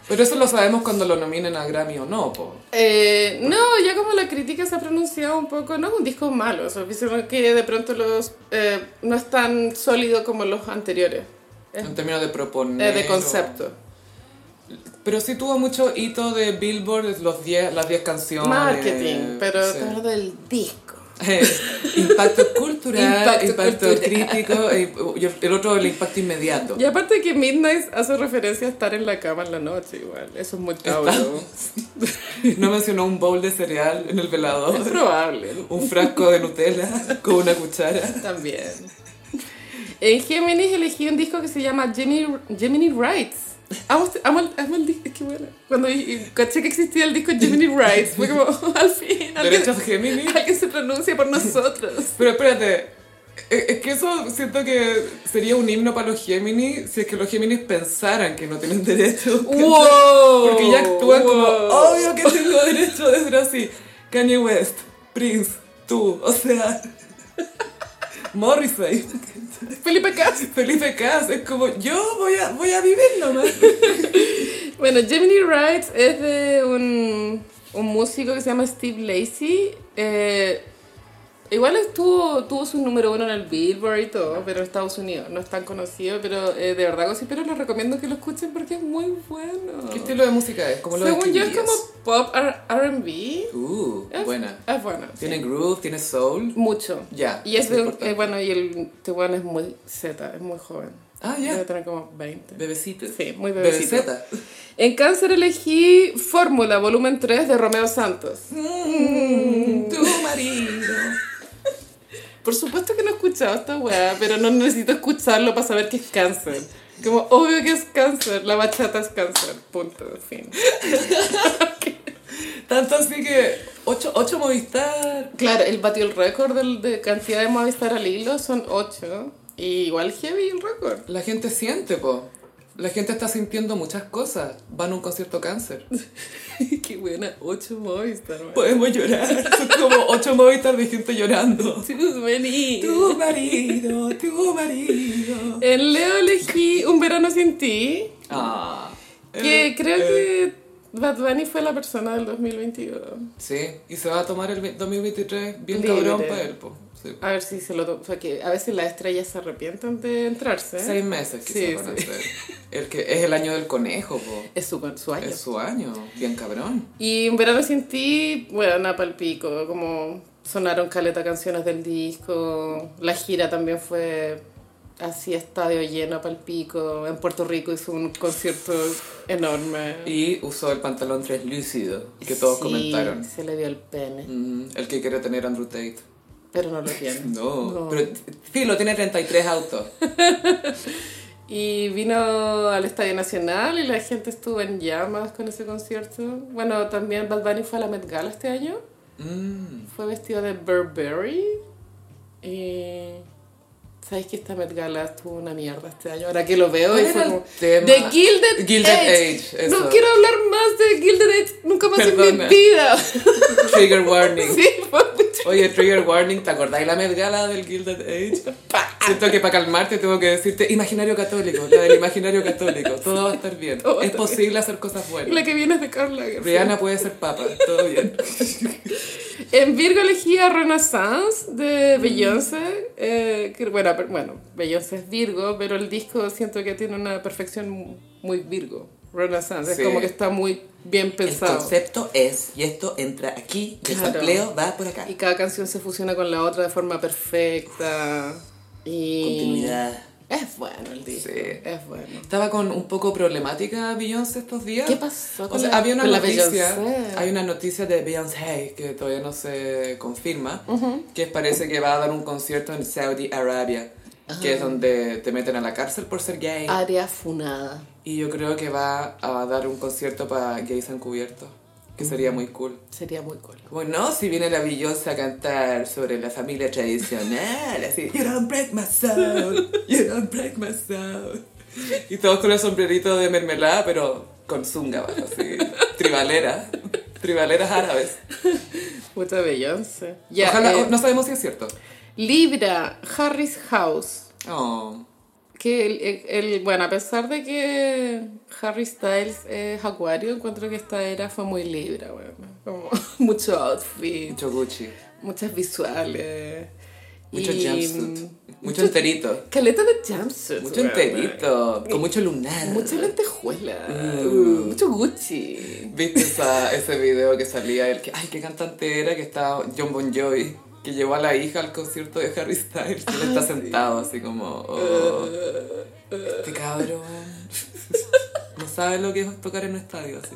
Pero eso lo sabemos cuando lo nominen a Grammy o no, po. Eh, no, ya como la crítica se ha pronunciado un poco, no es un disco malo, o sea, dicen que de pronto los, eh, no es tan sólido como los anteriores, eh, En términos de proponer. eh, de concepto. o- Pero sí tuvo mucho hito de Billboard, los 10 las 10 canciones. Marketing, pero sí. estamos hablando del disco. Eh, impacto cultural, impacto, Impacto cultural. crítico, eh, y el otro el impacto inmediato. Y aparte que Midnight hace referencia a estar en la cama en la noche igual, eso es muy Tauro. No mencionó un bowl de cereal en el Es velador, probable, un frasco de Nutella con una cuchara. también. En Géminis elegí un disco que se llama Gemini, Gemini Rights. Amo, este- amo el- amo el disco, es que bueno. Cuando y- y caché que existía el disco Gemini Rights, fue como, al fin, alguien, Derechos Géminis. alguien se pronuncia por nosotros. Pero espérate, e- es que eso siento que sería un himno para los Géminis si es que los Géminis pensaran que no tienen derecho. ¡Wow! Porque ya actúan como, wow. obvio que tengo derecho de ser así. Kanye West, Prince, tú, o sea, Morrissey, Felipe Cas. Felipe Cas, es como, yo voy a, voy a vivir nomás. Bueno, Gemini Rights es de un, un músico que se llama Steve Lacey. Eh, igual estuvo, tuvo su número uno en el Billboard y todo, pero en Estados Unidos no es tan conocido, pero eh, de verdad, sí, pero les recomiendo que lo escuchen porque es muy bueno. ¿Qué estilo de música es? ¿Cómo lo Según yo es como describirías? pop R- R&B. Uh, Es- buena. Es buena. sí. Tiene groove, tiene soul. Mucho. Ya, Y es eso es de un- importante. eh, bueno, y el este weón es muy Z, es muy joven. Ah, Debe ya. tener como 20. Bebecito. Sí, muy bebecito. Bebeceta. En cáncer elegí Fórmula, volumen 3 de Romeo Santos. Tu marido. Por supuesto que no he escuchado esta weá, pero no necesito escucharlo para saber que es cáncer. Como, obvio que es cáncer, la bachata es cáncer, punto, fin. Tanto así que 8 ocho Movistar. Claro, él batió el récord del- de cantidad de Movistar al hilo, son 8. Y igual heavy el récord. La gente siente, po. La gente está sintiendo muchas cosas. Van a un concierto cáncer. Qué buena, 8 Movistar, man. Podemos llorar. Son como ocho Movistar de gente llorando. Too many. Tu marido, tu marido. En Leo elegí Un verano sin ti, Ah. que Eh, creo eh, que Bad Bunny fue la persona del 2022. Sí, y se va a tomar el 2023 bien Libre. cabrón para él, po. Sí. A ver si se lo to- o sea, que a veces las estrellas se arrepientan de entrarse. ¿eh? Seis meses quizás Sí, van a sí. ser. El que es el año del conejo, po. Es su, su año. Es su año, bien cabrón. Y Un verano sin ti, bueno, nada pa'l pico, como sonaron caleta canciones del disco, la gira también fue así estadio lleno pa'l pico, en Puerto Rico hizo un concierto enorme. Y usó el pantalón translúcido que todos Sí, comentaron. se le vio el pene, Mm, el que quiere tener Andrew Tate. pero no lo tiene. No, No. pero Filo tiene 33 autos. Y vino al Estadio Nacional y la gente estuvo en llamas con ese concierto. Bueno, también Bad Bunny fue a la Met Gala este año. Mm, Fue vestido de Burberry. Y... ¿Sabes que esta Met Gala estuvo una mierda este año? Ahora que lo veo ¿Cuál y era fue el como... tema? The Gilded, Gilded Age. Age, eso. No quiero hablar más de Gilded Age nunca más en mi Perdona. vida. Trigger warning. sí, fue mucho- Oye, trigger warning, ¿te acordáis la Met Gala del Gilded Age? Siento que para calmarte tengo que decirte imaginario católico, la del imaginario católico. Todo va a estar bien. Todo va a es estar posible hacer cosas buenas. La que viene es de Carla García. Rihanna puede ser papa, todo bien. En Virgo elegía Renaissance de Beyoncé. eh, que, bueno, pero- bueno, Beyoncé es Virgo, pero el disco siento que tiene una perfección mu- muy Virgo. Renaissance, Sí. es como que está muy bien El pensado. concepto es, y esto entra aquí, y el Claro. sampleo va por acá. Y cada canción se fusiona con la otra de forma perfecta. Y Continuidad. Es bueno el disco. Sí. Es bueno. Estaba con un poco problemática Beyoncé estos días. ¿Qué pasó O con sea, la- había una con la noticia, Beyoncé? hay una noticia de Beyoncé que todavía no se confirma, que parece que va a dar un concierto en Saudi Arabia, que es donde te meten a la cárcel por ser gay. Área funada. Y yo creo que va a dar un concierto para gays encubiertos, que sería muy cool. Sería muy cool. Bueno, si viene la Beyoncé a cantar sobre la familia tradicional, así, You don't break my soul, you don't break my soul. Y todos con el sombrerito de mermelada, pero con zunga, abajo, así, tribalera, tribaleras árabes. Mucha Beyoncé. Ya, Ojalá, eh, oh, no sabemos si es cierto. Libra, Harris House. Oh, Que el, el- el- bueno, a pesar de que Harry Styles es acuario, encuentro que esta era fue muy libra, bueno. Como mucho outfit, mucho Gucci, muchas visuales. mucho y- mm, jumpsuit, mucho enterito, Caleta de jumpsuit. mucho weón. enterito, con mucho lunar. Mucha lentejuela. Uh, Mm. Mucho Gucci. ¿Viste esa- ese video que salía el que, ay, qué cantante era que estaba John Bon Jovi? Que llevó a la hija al concierto de Harry Styles Ah, y él está sentado así como, oh, este cabrón no sabe lo que es tocar en un estadio así.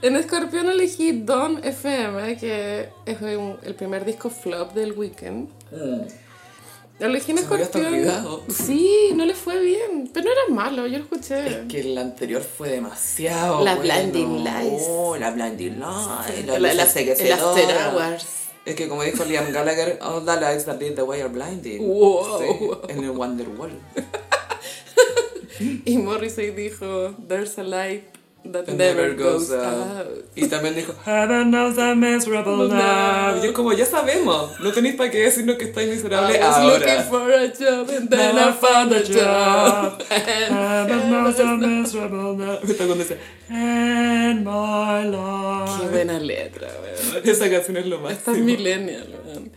En Escorpión elegí Don FM, que es un- el primer disco flop del weekend. Lo elegí en Se me había hasta olvidado. Escorpión. Sí, no le fue bien, pero no era malo, yo lo escuché. Es que el anterior fue demasiado. La bueno. Blinding Lights. Oh, la blinding light, la, La- luz la- el enseguecedora. After Hours. Es que como dijo Liam Gallagher, all the lights that lead the way are blinding. Wow. Sí, en el Wonderwall. Y Morrissey dijo, There's a light that That never, goes, out. Y también dijo, I don't know the miserable No. now. Y es como, ya sabemos, no tenéis para qué decirnos que estáis miserable I was looking ahora. for a job and then I found a job. I don't know the miserable now. Está cuando dice, "And my Qué life". buena letra, weón. Esa canción es lo Esta máximo. es millennial, weón.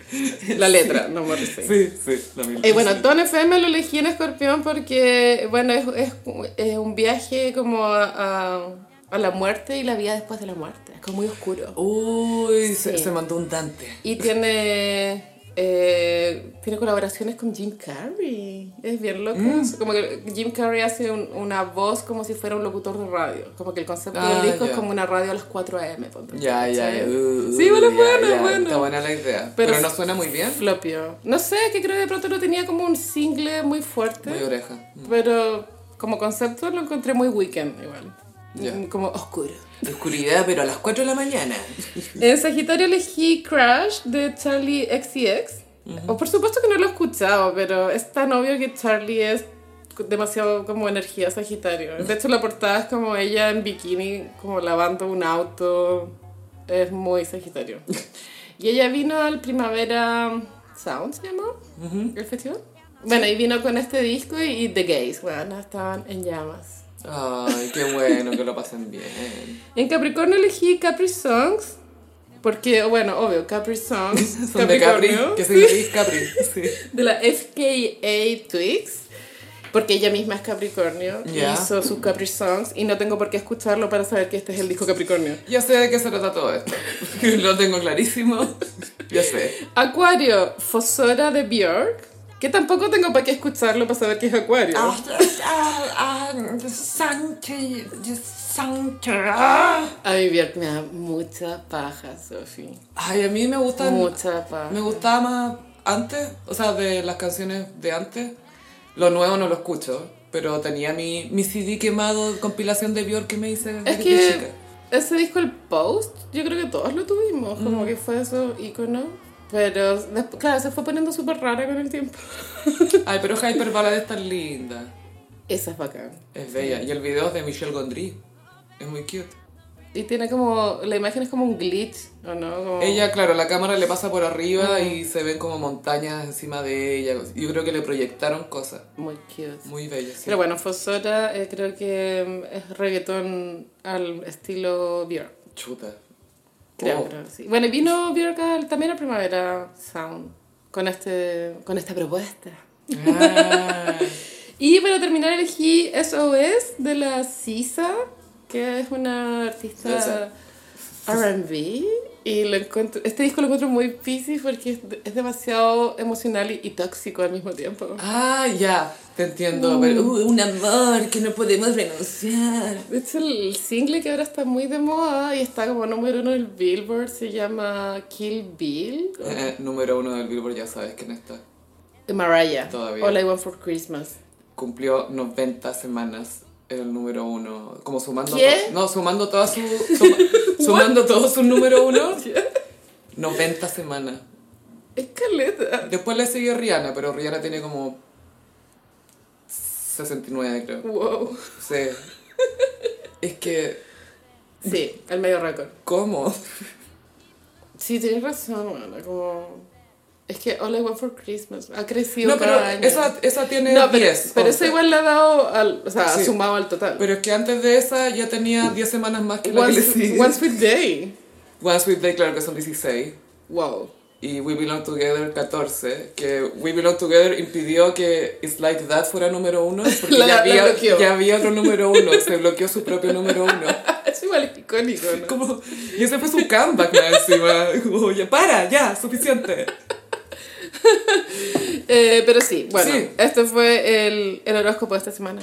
La letra, no Morrissey. Sí, sí, la mil. Eh, bueno, Don FM lo elegí en Escorpión porque, bueno, es, es, es un viaje como a, a- a la muerte y la vida después de la muerte. Es como muy oscuro. Uy, se, Sí. se mandó un Dante. Y tiene, eh, Tiene colaboraciones con Jim Carrey. Es bien loco. Mm. eso. Como que Jim Carrey hace un- una voz como si fuera un locutor de radio. Como que el concepto Ah, del disco ya. es como una radio a las 4 a.m. ponte tú, Ya, ya, ¿cachai? ya. uh, sí, bueno, es ya, bueno, ya, es bueno. Está buena la idea. Pero Pero, s- no suena muy bien. Flopio. No sé, que creo que de pronto no tenía como un single muy fuerte. Muy oreja. pero como concepto lo encontré muy weekend igual. Ya. Como oscuro. Oscuridad, pero a las 4 de la mañana. En Sagitario elegí Crash de Charlie XCX. O Oh, por supuesto que no lo he escuchado, pero es tan obvio que Charlie es demasiado como energía Sagitario. De hecho, la portada es como ella en bikini, como lavando un auto. Es muy Sagitario. Y ella vino al Primavera Sound, ¿se llamó? El festival. Bueno, y vino con este disco y, y The Gays, bueno, estaban en llamas. Ay, qué bueno que lo pasen bien. En Capricornio elegí Capri Songs. Porque, bueno, obvio, Capri Songs. Son de Capri. Capricornio, Que sí, significa Capri. Sí. de la FKA Twix. Porque ella misma es Capricornio. y Ya. Hizo sus Capri Songs. Y no tengo por qué escucharlo para saber que este es el disco Capricornio. Ya sé de qué se trata todo esto. Lo tengo clarísimo. Ya sé. Acuario, Fosora de Björk. Que tampoco tengo para qué escucharlo para saber que es Acuario. ah, A mí Björk me da mucha paja, Sophie. Ay, a mí me gustan. Mucha paja. Me gustaba más antes, o sea, de las canciones de antes. Lo nuevo no lo escucho, pero tenía mi, mi CD quemado, compilación de Björk que me hice Es desde que chica. ese disco, el Post, yo creo que todos lo tuvimos, como que fue eso ícono. Pero, desp- claro, se fue poniendo súper rara con el tiempo. Ay, pero Hyper Ballad es tan linda. Esa es bacán. Es bella. Y el video es de Michelle Gondry. Es muy cute. Y tiene como, la imagen es como un glitch, ¿o no? Como- Ella, claro, la cámara le pasa por arriba y se ven como montañas encima de ella. Yo creo que le proyectaron cosas. Muy cute. Muy bellas. sí. Pero bueno, Fosora eh, creo que mm, es reggaetón al estilo Björk. Chuta. Creo, Oh. pero sí. Bueno, y vino Björk al- también a Primavera Sound con, este, con esta propuesta. Ah. Y para terminar elegí SOS de la Sisa, que es una artista R&B. Y lo encuentro, este disco lo encuentro muy piscis porque es, de- es demasiado emocional y, y tóxico al mismo tiempo. Ah, ya. Te entiendo. Pero, Uh, un amor que no podemos renunciar. De hecho, el single que ahora está muy de moda y está como número uno en el Billboard se llama Kill Bill. eh, número uno del Billboard, ya sabes quién está. de Mariah. Todavía. All I Want for Christmas. cumplió 90 semanas en el número uno, como sumando ¿Qué? to- no, sumando toda su suma- sumando todo su número uno, 90 semanas. Es caleta. Después le sigue Rihanna, pero Rihanna tiene como 69 creo. Wow. Sí. Es que Sí, el medio récord. ¿cómo? Sí, tienes razón, bueno, como... Es que All I Want For Christmas ha crecido No, pero cada año. esa, esa tiene No, pero, 10. pero 11. esa igual la ha dado, al, o sea, ha Sí. sumado al total. Pero es que antes de esa ya tenía 10 semanas más que la que le Once, sigue. One Sweet Day. One Sweet Day, claro que son 16. Wow. y We Belong Together 14, que We Belong Together impidió que It's Like That fuera número uno, porque La- ya, la había, bloqueó. ya había otro número uno, se bloqueó su propio número uno. Eso igual es icónico, ¿no? Como, y ese fue su comeback más encima, como, ya para, ya, suficiente. Eh, pero sí, bueno, Sí. este fue el, el horóscopo de esta semana.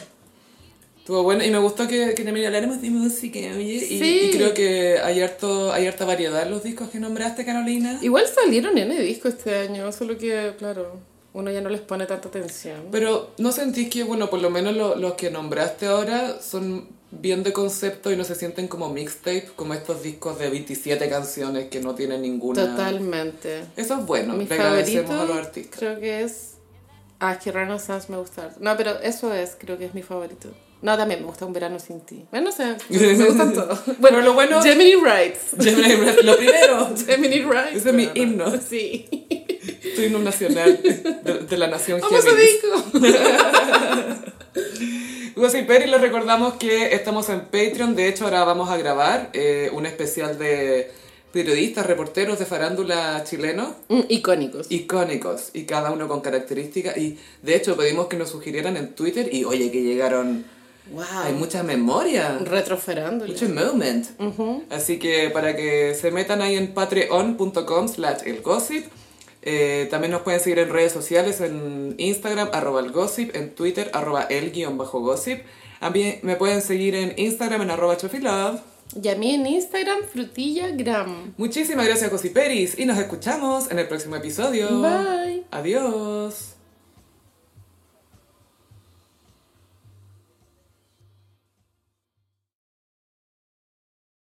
Estuvo bueno, y me gustó que, que también habláramos de música, oye, y, Sí. y creo que hay, harto, hay harta variedad en los discos que nombraste, Carolina. Igual salieron en el disco este año, solo que, claro, uno ya no les pone tanta atención. Pero ¿no sentís que, bueno, por lo menos lo- los que nombraste ahora son bien de concepto y no se sienten como mixtape, como estos discos de 27 canciones que no tienen ninguna... Totalmente. Eso es bueno, Mi le agradecemos favorito a los artistas. creo que es... Ah, es que Renaissance me gusta. harto. No, pero eso es, creo que es mi favorito. No, también me gusta Un Verano Sin Ti. Bueno, no sé, me gustan todos. Bueno, lo bueno... Gemini Rights. Gemini Breath, lo primero, Gemini Rights. Ese es mi No, no, no. himno. Sí. tu himno nacional de, de la nación Vamos a Géminis. disco. Gossiper, y les recordamos que estamos en Patreon. De hecho, ahora vamos a grabar eh, un especial de periodistas, reporteros de farándula chileno. Mm, Icónicos. icónicos y cada uno con características y de hecho pedimos que nos sugirieran en Twitter y oye que llegaron hay Wow. mucha memoria Retroferándole. mucho moment así que para que se metan ahí en patreon.com slash el Eh, también nos pueden seguir en redes sociales, en Instagram, arroba el gossip, en Twitter, arroba el guión bajo gossip. También me pueden seguir en Instagram, en arroba chofilove. Y a mí en Instagram, frutillagram. Muchísimas gracias, Gossiperis, y nos escuchamos en el próximo episodio. Bye. Adiós.